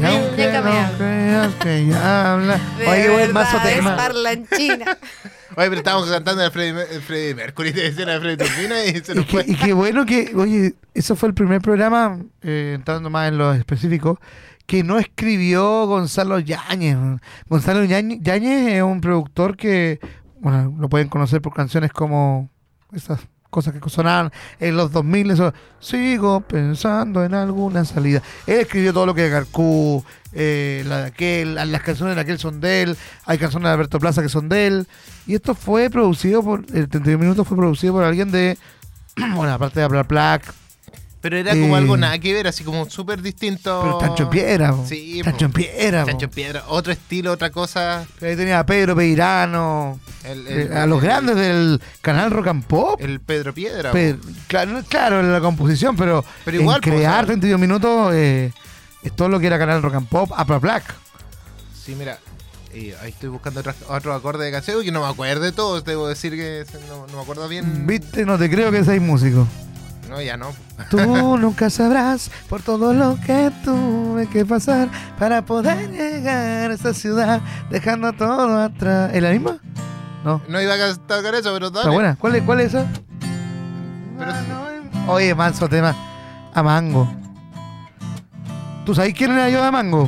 C: Y aunque
D: Muñeca mía.
C: no creas que ya habla.
D: De
C: Oye, qué buen
D: verdad,
C: mazo
D: es
C: tema.
D: parlanchina.
B: Oye, pero estábamos cantando el Freddy, Mer- el Freddy Mercury de escena de Freddy Turbina y se
C: Y
B: nos
C: que-
B: fue.
C: y qué bueno que, oye, eso fue el primer programa, eh, entrando más en lo específico, que no escribió Gonzalo Yáñez. Gonzalo Yáñez Yáñez es un productor que, bueno, lo pueden conocer por canciones como esas cosas que sonaban en los 2000, eso, sigo pensando en alguna salida. Él escribió todo lo que es Garcú, eh, la de aquel, las canciones de aquel son de él, hay canciones de Alberto Plaza que son de él, y esto fue producido por, el 31 Minutos fue producido por alguien de, bueno, aparte de Hablar Plac,
B: Pero era como
C: Eh.
B: algo nada que ver, así como súper distinto.
C: pero Chancho en Piedra, po.
B: Oh. Sí,
C: Chancho en
B: po.
C: Piedra, po.
B: Chancho en Piedra. Otro estilo, otra cosa.
C: Ahí tenía a Pedro Peirano,
B: El-
C: eh,
B: el-
C: a los
B: el-
C: grandes del canal Rock and Pop.
B: El Pedro Piedra. po.
C: Pe- claro, no- claro, en la composición, pero,
B: Pero igual,
C: en
B: po, o
C: crear
B: sea-
C: 32 minutos eh, es todo lo que era canal Rock and Pop, Apra Black.
B: Sí, mira. y ahí estoy buscando otros otro acorde de canción que no me acuerdo de todos. Debo decir que se- no, no me acuerdo bien.
C: Viste, no te creo que seas músico.
B: No, ya no.
C: Tú nunca sabrás por todo lo que tuve que pasar para poder llegar a esta ciudad, dejando todo atrás. ¿Es la misma? No.
B: No iba a cantar con eso, pero
C: ¿Está
B: dale.
C: buena? ¿Cuál es, cuál es esa?
B: Pero
C: Ah,
B: sí.
C: no, Oye, manso tema. A Mango. ¿Tú sabes quién era yo de Mango?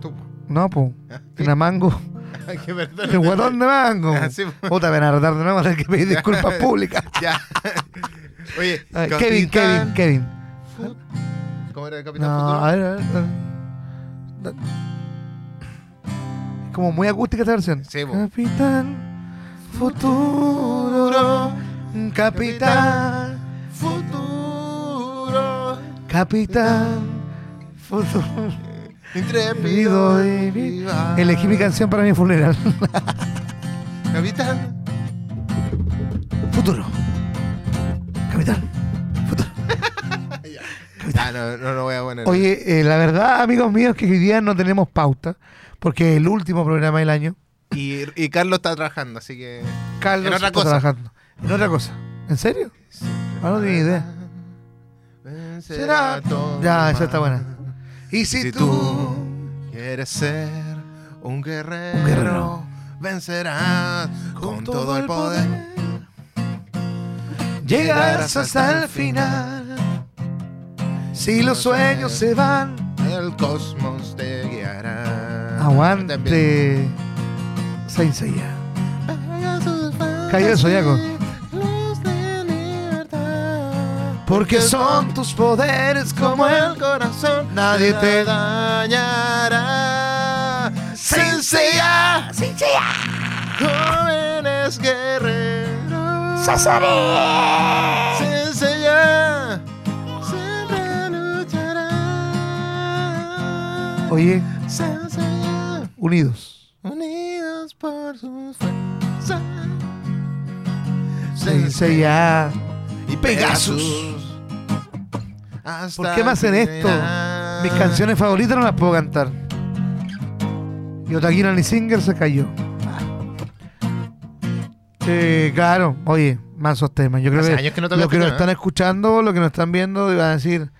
B: Tú.
C: No, po.
B: Ah,
C: Era Mango.
B: Ay, que perdón.
C: El guatón de Mango.
B: Ah, sí, po.
C: Puta, me van a retar de nuevo, voy a tener que pedir disculpas públicas.
B: Ya. Oye,
C: Ay,
B: Capitán
C: Kevin, Kevin, Kevin.
B: Fut- ¿Cómo era el Capitán
C: No,
B: Futuro?
C: a ver, a ver, a ver. Da- Es Como muy acústica esta versión.
B: Sí, bo.
C: Capitán Futuro. Capitán.
B: Futuro.
C: Capitán Futuro.
B: Intrépido
C: y
B: y
C: eh, vi-
B: viva.
C: Elegí mi canción para mi funeral.
B: Capitán.
C: Futuro. Capitán. Futuro.
B: Ah, no, no lo voy a poner.
C: Oye, eh, la verdad, amigos míos, que hoy día no tenemos pauta. Porque es el último programa del año.
B: Y, y Carlos está trabajando, así que.
C: Carlos
B: En otra
C: está
B: cosa.
C: trabajando. En otra cosa. ¿En serio? Ah, no tenía idea. Será.
B: todo
C: Ya, esa está
B: mal.
C: buena. Y si,
B: Si tú
C: tú
B: quieres ser un guerrero,
C: Un guerrero.
B: vencerás con todo el poder.
C: llegarás hasta el final. Si los sueños se Ah, van,
B: El cosmos te guiará. También.
C: aguante. Saint Seiya. Cayó el zodiaco.
B: Luz de libertad.
C: Porque son tus poderes como el
B: corazón
C: Nadie te
B: dañará.
C: Sin
B: Sencilla, jóvenes guerreros. Sencilla, siempre luchará.
C: Oye,
B: Sencilla,
C: unidos.
B: unidos por su fuerza.
C: Saint Seiya.
B: y
C: Pegasus.
B: Hasta
C: ¿Por qué me hacen esto?
B: terminar.
C: Mis canciones favoritas no las puedo cantar. Y Otaquina ni Singer se cayó. Eh, claro, oye, mansos temas. Yo creo
B: Hace
C: que
B: años que no toca
C: los
B: este
C: que nos
B: tema,
C: están escuchando, los que nos están viendo, van a decir.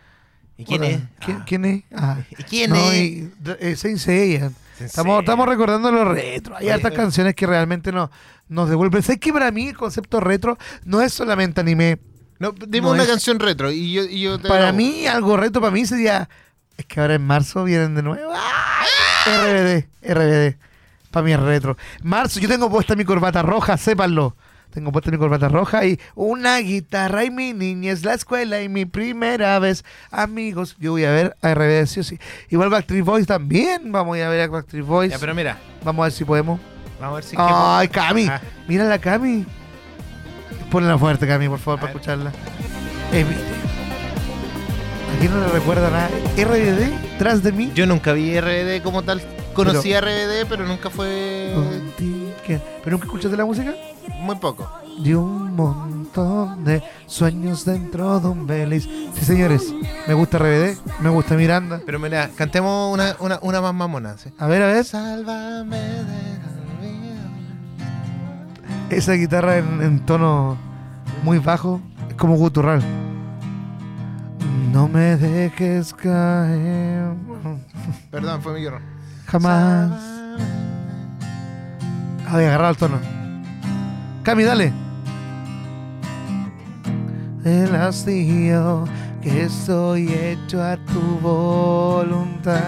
B: ¿Y quién
C: "Hola,
B: es?
C: ¿Qui-
B: Ah.
C: ¿Quién es? Ah.
B: ¿Y quién
C: No,
B: es?
C: y, eh, se dice ella. Estamos, estamos recordando lo retro. Hay
B: Oye, eh.
C: hartas
B: oye.
C: canciones que realmente nos, nos devuelven. Sé que para mí el concepto retro no es solamente anime.
B: No, dime
C: No
B: una
C: es-
B: canción retro y yo, y yo te
C: Para
B: grabo.
C: mí, algo retro para mí sería. Es que ahora en marzo vienen de nuevo. ¡Ah! RBD, RBD. Para mí es retro. Marzo, yo tengo puesta mi corbata roja, sépanlo. Tengo puesta mi corbata roja y una guitarra y mi niñez, la escuela y mi primera vez. Amigos, yo voy a ver a RBD, sí o sí. Igual Backstreet Boys también. Vamos a ir a ver a Backstreet Boys.
B: Ya, pero mira,
C: Vamos a ver si podemos.
B: vamos a ver si. es que-
C: Ay, Cami.
B: Ah.
C: Mira la Cami. Ponla fuerte, Cami, por favor,
B: A
C: para
B: ver.
C: escucharla. Eh, aquí no le recuerda nada. RBD, tras de mí.
B: Yo nunca vi RBD como tal. Conocí RBD, pero nunca fue.
C: Contigo. ¿Pero nunca escuchaste la música?
B: Muy poco.
C: De un montón de sueños dentro de un Belis. Sí, señores. Me gusta RBD, me gusta Miranda.
B: Pero mira, cantemos una, una, una más mamona. ¿sí?
C: A ver, a ver.
B: Sálvame de la vida.
C: Esa guitarra en, en tono muy bajo es como guturral. No me dejes caer
B: Perdón, fue mi guión.
C: jamás. A ver, Ah, agarrar el tono. Cami, dale. El hastío que estoy hecho a tu voluntad.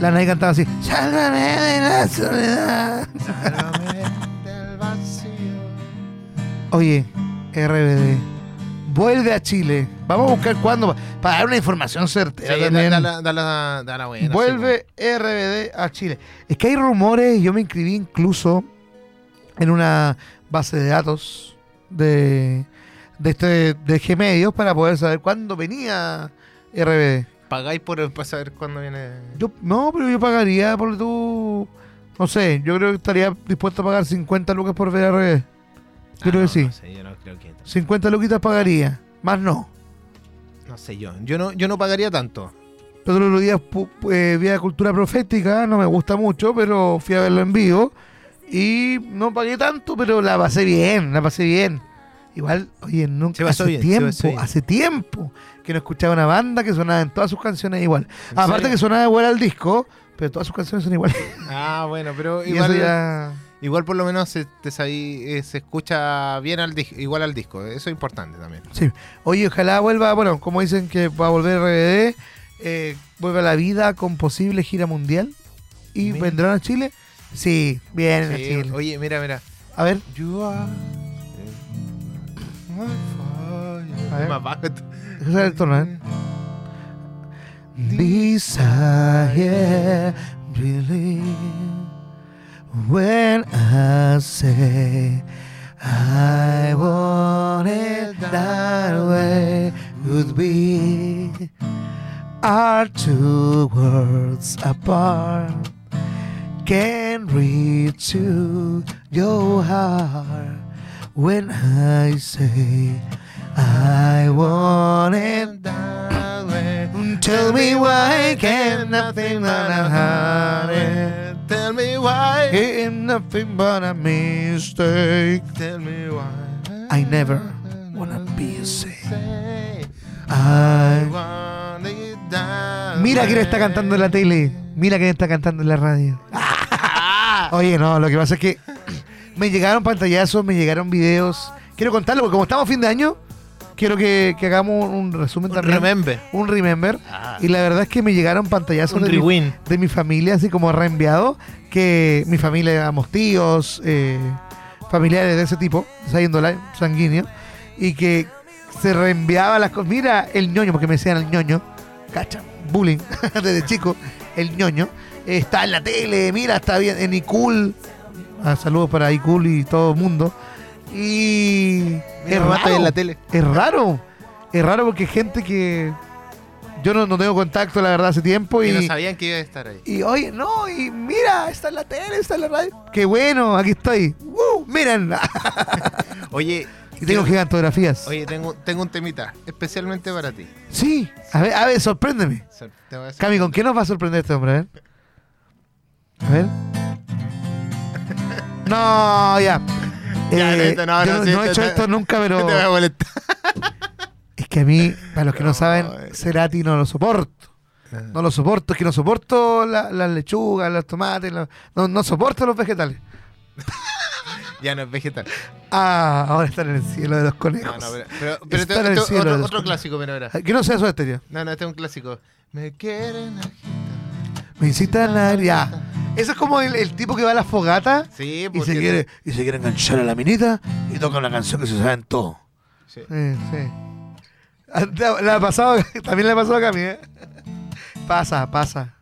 C: La Nay cantaba así. Sálvame de la soledad.
B: Sálvame del vacío.
C: Oye, RBD, vuelve a Chile. Vamos a buscar cuándo. va- Para dar una información certera.
B: Sí, da-
C: también.
B: da la- da la- da la buena, sí,
C: vuelve RBD a Chile. Es que hay rumores, yo me inscribí incluso en una base de datos de, de, este, de Gmedios para poder saber cuándo venía RBD.
B: pues. Pagáis por para saber cuándo viene.
C: Yo, no, pero yo pagaría por tú. No sé, yo creo que estaría dispuesto a pagar 50 lucas por ver RBD.
B: Ah,
C: Creo
B: no,
C: que sí.
B: No sé, yo no creo que.
C: 50 luquitas pagaría, más no.
B: No sé yo. Yo no, yo no pagaría tanto.
C: El otro día pu- pu- eh, vi a Cultura Profética, no me gusta mucho, pero fui a verlo en vivo. Y no pagué tanto, pero la pasé bien, la pasé bien. Igual, oye, nunca
B: Se pasó
C: hace
B: bien, se
C: tiempo,
B: pasó bien.
C: hace tiempo que no escuchaba una banda que sonaba en todas sus canciones igual.
B: ¿En
C: Aparte
B: serio?
C: que sonaba igual al disco, pero todas sus canciones son iguales.
B: Ah, bueno, pero
C: Y eso
B: igual,
C: ya...
B: igual por lo menos se, te sabí- eh, se escucha bien al disco, igual al disco. Eso es importante también.
C: Sí. Oye, ojalá vuelva, bueno, como dicen que va a volver RBD, eh, vuelve a la vida con posible gira mundial. ¿Y
B: Mira.
C: vendrán a Chile? Sí, vienen a
B: Sí,
C: Chile.
B: oye, mira, mira.
C: A ver,
B: You are my fire.
C: A ver.
B: Más bajo.
C: ese es el tono, ¿eh? Desire, believe when I say I want it that way would be are two worlds apart can reach to your heart when I say I want it
B: that way.
C: Tell me why can nothing but a heartache
B: Tell me why.
C: ain't nothing but a mistake.
B: Tell me why.
C: I never wanna be a saint.
B: Say I
C: Ay.
B: want it that
C: Mira quién está
B: way.
C: cantando en la tele. Mira quién está cantando en la radio. Oye, no, lo que pasa es que me llegaron pantallazos, me llegaron videos. Quiero contarlo, porque como estamos fin de año, quiero que, que hagamos un resumen
B: Un
C: también.
B: remember.
C: Un remember.
B: Ah.
C: Y la verdad es que me llegaron pantallazos
B: Un
C: de, mi,
B: rewind.
C: de mi familia, así como reenviado, que mi familia éramos tíos, eh, familiares de ese tipo, saliendo sanguíneo, y que se reenviaba las cosas. Mira el ñoño, porque me decían el ñoño, cacha, bullying, desde chico, el ñoño, eh, está en la tele, mira, está bien, en iCool. Ah, saludos para iCool y todo el mundo. Y.
B: Mira,
C: es
B: rato
C: raro.
B: en la tele.
C: Es raro. Es raro porque gente que. Yo no, no tengo contacto, la verdad, hace tiempo. Y,
B: Y no sabían que iba a estar ahí.
C: y oye, no, y mira, está en la tele, está en la radio. Qué bueno, aquí estoy. ¡Woo! Miren.
B: Oye,
C: y tengo gigantografías.
B: oye tengo, tengo un temita especialmente para ti.
C: Sí, a ver, a ver, sorpréndeme.
B: Sor- te voy a hacer-
C: Cami, ¿con qué nos va a sorprender este hombre? A ver. A ver. No, ya. Eh,
B: Ya, listo, no,
C: yo
B: no, Este sí,
C: no, he
B: te-
C: hecho
B: te-
C: esto nunca, pero
B: Te voy a molestar.
C: es que a mí, para los que no
B: No,
C: saben,
B: eh.
C: Cerati no lo soporto. No lo soporto, es que no soporto la- las lechugas, los tomates, la- no, no soporto los vegetales.
B: Ya no es vegetal.
C: Ah, ahora están en el cielo de los
B: No,
C: conejos.
B: no, pero, pero- pero
C: Está en
B: este-
C: el
B: este-
C: cielo de
B: otro,
C: los
B: otro
C: conejos.
B: clásico, pero ahora.
C: Ay, Que no sea su estéreo.
B: No, no, este es un clásico. Me quieren agitar.
C: Me incitan a la... Ya. Eso es como el, el tipo que va a la fogata
B: Sí,
C: y
B: porque...
C: se, quiere, y se quiere enganchar a la minita y toca una canción que se sabe en todo.
B: Sí.
C: Sí, sí. Ah, te- La ha pasado, también la ha pasado a Cami, ¿eh? Pasa, pasa.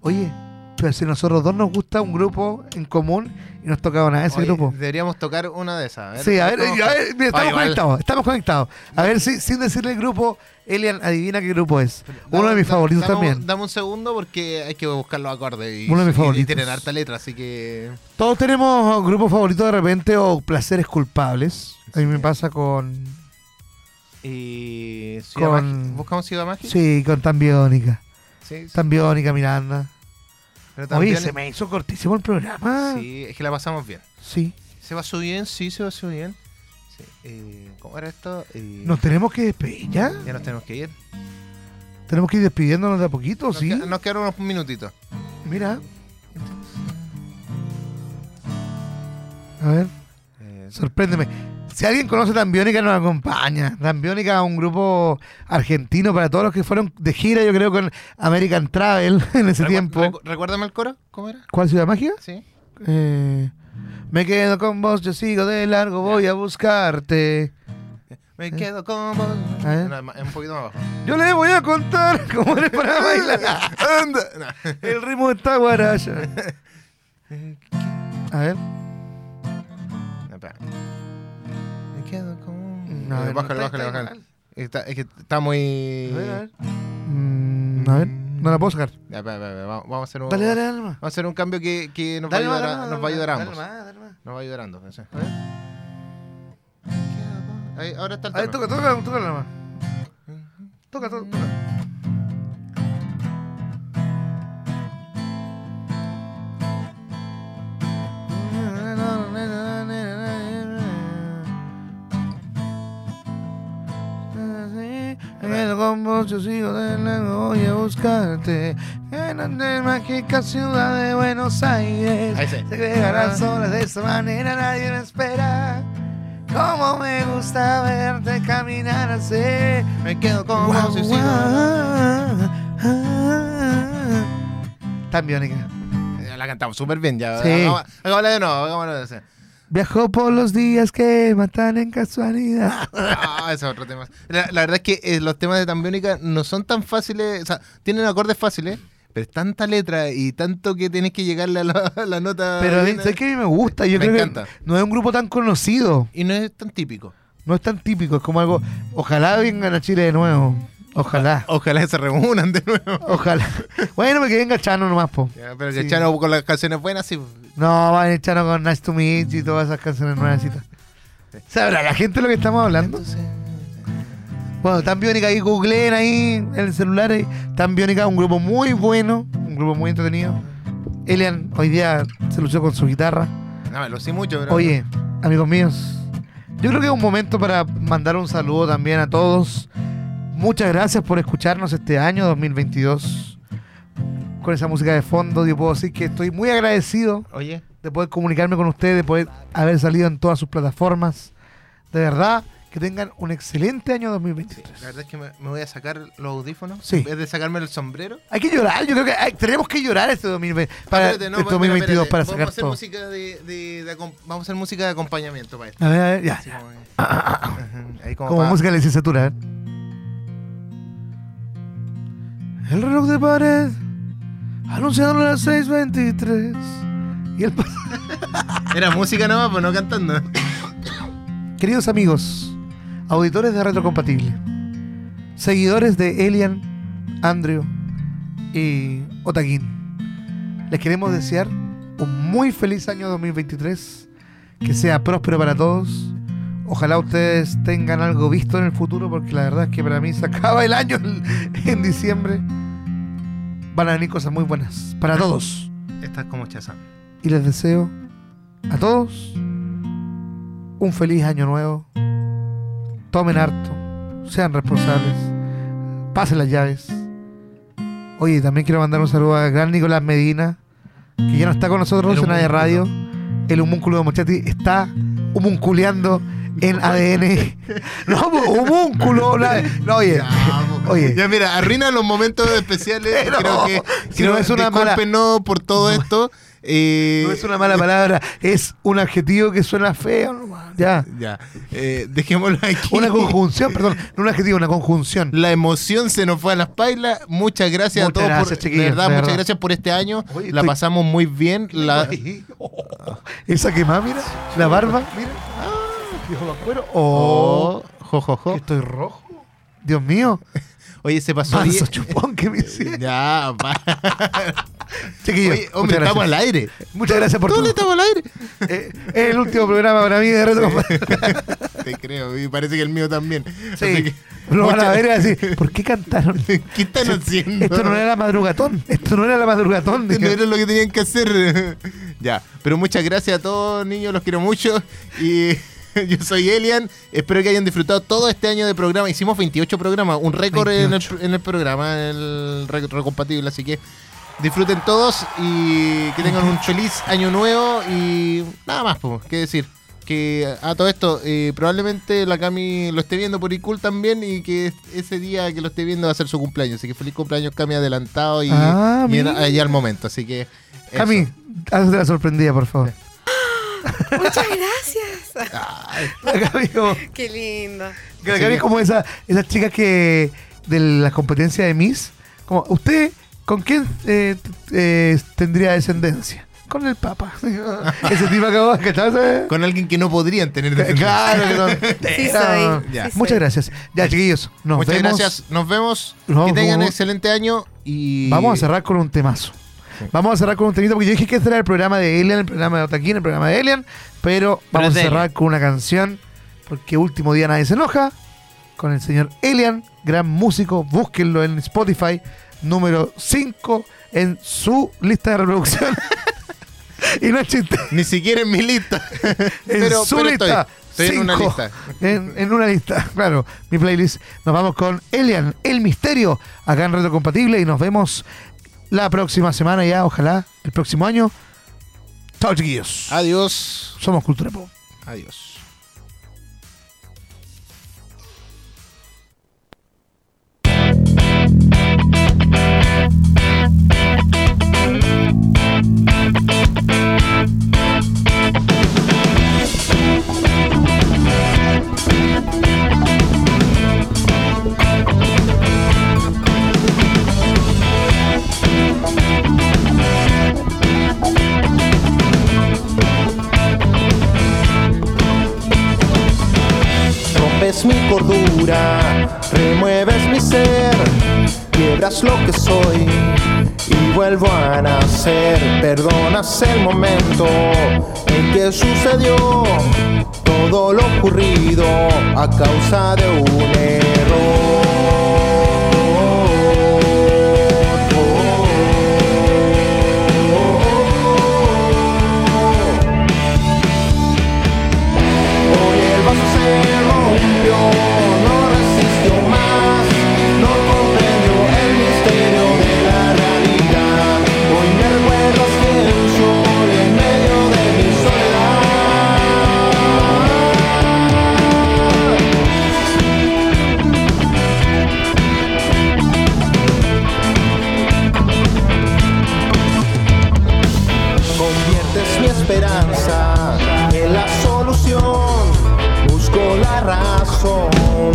C: Oye, pero si nosotros dos nos gusta un grupo en común y nos tocaba nada de ese
B: Oye,
C: grupo.
B: Deberíamos tocar una de esas.
C: Sí, a ver, eh,
B: ¿cómo
C: a
B: fue?
C: ver, mira,
B: Oye,
C: estamos
B: igual,
C: conectados, estamos conectados. A ver, si, sin decirle el grupo, Elian, adivina qué grupo es. Uno de
B: dame-
C: mis favoritos
B: dame un-
C: también.
B: Dame un segundo porque hay que buscar los acordes. Y,
C: Uno de mis
B: y-
C: favoritos.
B: Y tienen harta letra, así que.
C: Todos tenemos grupos favoritos de repente o placeres culpables. A mí me pasa con...
B: Y.
C: Con-
B: Con... ¿Buscamos Ciudad Mágica?
C: Sí, con Tambiónica.
B: Sí, sí.
C: Tambiónica, Miranda.
B: Pero también-
C: Oye, se me hizo cortísimo el programa.
B: Sí, es que la pasamos bien.
C: sí.
B: ¿Se pasó bien? Sí, se pasó bien. Sí. eh, ¿Cómo era esto? Eh,
C: ¿Nos tenemos que despedir ya?
B: Ya nos tenemos que ir.
C: ¿Tenemos que ir despidiéndonos de a poquito,
B: Nos,
C: Oh, sí?
B: que- nos quedaron unos minutitos.
C: Mira. A ver,
B: Eh,
C: sorpréndeme. Si alguien conoce Tambiónica, nos acompaña. Tambiónica es un grupo argentino para todos los que fueron de gira, yo creo, con American Travel en ese
B: recu-
C: tiempo.
B: recu- ¿Recuérdame el coro? ¿Cómo era?
C: ¿Cuál ciudad mágica?
B: Sí.
C: Eh, me quedo con vos, yo sigo de largo, voy a buscarte.
B: Me quedo con vos.
C: Eh. A ver.
B: No, es más- es un poquito más abajo.
C: Yo les voy a contar cómo eres para bailar.
B: Anda. No.
C: El ritmo está guaracha. A ver.
B: No, espera. Me quedo con.
C: No, a ver,
B: bájale,
C: no, está-
B: bájale,
C: está
B: bájale. Está, es que está muy.
C: A ver, a ver. Mm, a ver, no la puedo sacar.
B: Ya, espera, espera, espera, Vamos, vamos a hacer un.
C: Dale, dale, dale más.
B: Vamos a hacer un cambio que, que nos,
C: Dale
B: va a
C: más,
B: ayudar, a-
C: dale más,
B: nos va a ayudar a
C: dale
B: ambos.
C: más, dale más.
B: Nos va a ayudar a ambos. sí.
C: A ver.
B: Ahí, ahora está el
C: A ver,
B: tono.
C: toca, toca, toca nada más. Toca, toca, toca. El combo yo sigo de largo voy a buscarte en la mágica ciudad de Buenos Aires.
B: Ahí sí.
C: Se crearán solas de esa manera, nadie me espera. Como me gusta verte caminar así.
B: Me quedo con
C: Guau,
B: vos. y sigo adelante.
C: guau, ah. Tan biónica.
B: Ya La cantamos súper bien ya.
C: Sí.
B: Hagamos- Hagámosla de nuevo. Hagámosla de nuevo.
C: Viajó por los días que matan en casualidad.
B: Ah, ese es otro tema. La, la verdad es que eh, los temas de Tambiónica no son tan fáciles, o sea, tienen acordes fáciles, pero es tanta letra y tanto que tienes que llegarle a la, a la nota.
C: Pero a mí-
B: bien,
C: sé que a mí me gusta. Yo
B: Me
C: creo
B: encanta.
C: que no es un grupo tan conocido.
B: Y no es tan típico.
C: No es tan típico. Es como algo. Ojalá vengan a Chile de nuevo. Ojalá.
B: Ojalá se reúnan de nuevo.
C: Ojalá. Bueno, me quedé Chano nomás, po.
B: Ya, pero
C: Sí.
B: que Chano con las canciones buenas, sí.
C: No, van a ir Chano con Nice to Meet You y todas esas canciones nuevas. ¿Sabrá la gente lo que estamos hablando? Bueno, Tan Biónica ahí, googleen ahí en el celular. ahí. Tan Biónica, un grupo muy bueno, un grupo muy entretenido. Elian hoy día se luchó con su guitarra.
B: No, me lo sé mucho, pero.
C: Oye, amigos míos, yo creo que es un momento para mandar un saludo también a todos. Muchas gracias por escucharnos este año 2022. Con esa música de fondo, yo puedo decir que estoy muy agradecido
B: Oye,
C: de poder comunicarme con ustedes, de poder haber salido en todas sus plataformas. De verdad, que tengan un excelente año 2023.
B: la verdad es que me, me voy a sacar los audífonos.
C: Sí.
B: En vez de sacarme el sombrero.
C: Hay que llorar, yo creo que hay- tenemos que llorar este 2020, para,
B: Espérate, no,
C: este
B: espérate,
C: 2022
B: espérate.
C: para
B: vamos a
C: sacar
B: hacer
C: todo.
B: música de, de- de acom- Vamos a hacer música de acompañamiento para esto.
C: A ver, a ver, ya.
B: Así
C: ya.
B: como que- Ajá, ahí ah, como
C: Como
B: pa-
C: música de licenciatura. ¿eh? El reloj de pared anunciando las 6.23 y el pas-
B: Era música nomás, pues no cantando.
C: Queridos amigos, auditores de Retrocompatible, seguidores de Elian, Andrew y Otaquín, les queremos desear un muy feliz año 2023, que sea próspero para todos. Ojalá ustedes tengan algo visto en el futuro, porque la verdad es que para mí se acaba el año en- en diciembre. Van a venir cosas muy buenas para todos
B: Estás como Chazán.
C: y les deseo a todos un feliz año nuevo. Tomen harto, sean responsables, pasen las llaves Oye, también quiero mandar un saludo a gran Nicolás Medina, que ya no está con nosotros
B: El
C: en AD Radio. El homúnculo de Mochati está humunculeando en ADN. No, pues, homúnculo. la- no, oye. Oye.
B: pues. Ya mira, arruina los momentos especiales.
C: Pero-
B: creo que
C: si no es una mala-
B: discúlpenos por todo esto. eh,
C: No es una mala palabra, es un adjetivo que suena feo. nomás, Ya.
B: Ya, eh, dejémoslo aquí.
C: Una conjunción, perdón, no un adjetivo, una conjunción.
B: La emoción se nos fue a las pailas. Muchas gracias
C: Muchas
B: a todos.
C: gracias,
B: por, de
C: chiquillos,
B: verdad,
C: de
B: muchas
C: verdad.
B: gracias por este año.
C: Oye,
B: la
C: estoy-
B: pasamos muy bien. La...
C: Ay, oh, Esa que más, mira, la barba, mira. Ah, viejo vacuero. Oh,
B: Oh, jo, jo, jo.
C: que estoy rojo. Dios mío,
B: Oye, se pasó
C: manso
B: bien.
C: chupón que me hicieron.
B: Ya, va.
C: Chiquillos,
B: Oye, hombre,
C: muchas
B: estamos al
C: gracias.
B: aire.
C: Muchas gracias por
B: ¿Dónde
C: todo.
B: estamos al aire?
C: Eh, es el último programa para mí de reto. Compadre.
B: Te creo, y parece que el mío también. Así
C: Sí,
B: que,
C: lo van a
B: muchas-
C: ver y van a decir, ¿por qué cantaron?
B: ¿Qué están haciendo?
C: Esto no era madrugatón, esto no era la madrugatón.
B: No era lo que tenían que hacer. ya, pero muchas gracias a todos, niños, los quiero mucho. Y yo soy Elian. Espero que hayan disfrutado todo este año de programa. Hicimos 28 programas, un récord en el,
C: 28.
B: en el programa, el récord recompatible. Así que disfruten todos y que tengan un feliz año nuevo. Y nada más, pues, qué decir. Que a todo esto, eh, probablemente la Cami lo esté viendo por ICUL también y que ese día que lo esté viendo va a ser su cumpleaños. Así que feliz cumpleaños, Cami, adelantado y,
C: Ah,
B: y en-
C: mira.
B: ahí al momento. Así que. eso.
C: Cami, hazte la sorprendida, por favor.
D: Muchas gracias. Ah,
B: Ay,
C: La Cami como-
D: Qué lindo.
C: Que la Gaby es como esa, esas chicas que de las competencias de Miss, como usted con quién eh, t- eh, tendría descendencia? Con el Papa. Ese tipo acabó de cacharse.
B: con alguien que no podrían tener descendencia.
C: Claro que no.
D: Sí
C: Era-
D: soy,
B: Ya.
D: sí soy.
C: Ah, Muchas gracias. Ya, chiquillos, nos
B: Muchas
C: vemos.
B: gracias. Nos vemos.
C: Nos
B: que tengan
C: vemos.
B: excelente año y.
C: Vamos a cerrar con un temazo.
B: Sí.
C: Vamos a cerrar con un temito porque yo dije que este era el programa de Elian, el programa de Otaquín, el programa de Elian, pero vamos
B: es de
C: a cerrar
B: Elian.
C: con una canción porque último día nadie se enoja con el señor Elian, gran músico, búsquenlo en Spotify, número 5 en su lista de reproducción. y no es chiste,
B: Ni siquiera en mi lista.
C: en
B: pero
C: su
B: pero
C: lista.
B: estoy. Estoy en una
C: cinco.
B: lista.
C: En, en una lista, claro, mi playlist. Nos vamos con Elian, El Misterio, acá en Reto Compatible y nos vemos la próxima semana ya, ojalá, el próximo año. Chao chiquillos.
B: Ah. Adiós.
C: Somos Cultura Pop.
B: Adiós.
E: Rompes mi cordura, remueves mi ser, quiebras lo que soy y vuelvo a nacer. Perdonas el momento en que sucedió todo lo ocurrido a causa de un error. Hoy el vaso se rompió, no resistió más, no comprendió el misterio de la realidad. Hoy me recuerdas que soy en medio de mi soledad. Conviertes mi esperanza en la solución. Busco la razón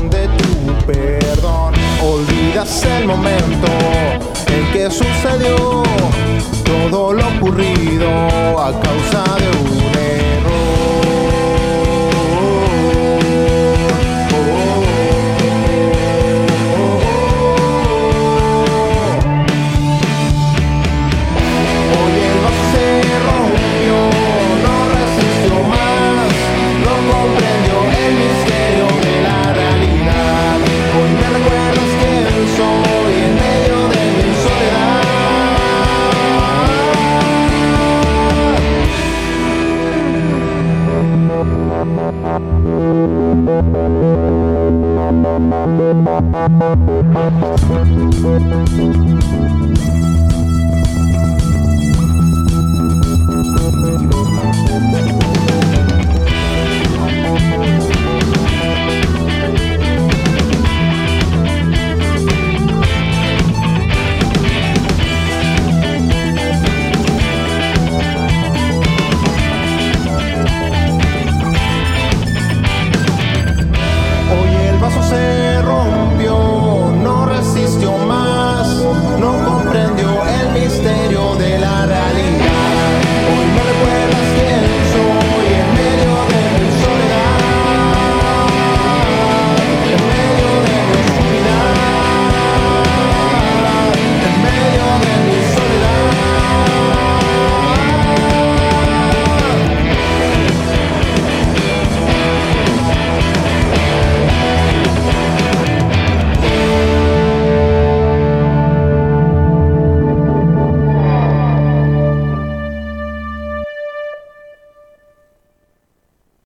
E: de tu perdón. Olvidas el momento en que sucedió todo lo ocurrido a causa de un error. Oh, oh, oh, oh. Hoy el vaso se rompió, no resistió más, no comprendió el misterio de la realidad. Hoy me recuerdas que soy en medio de mi soledad.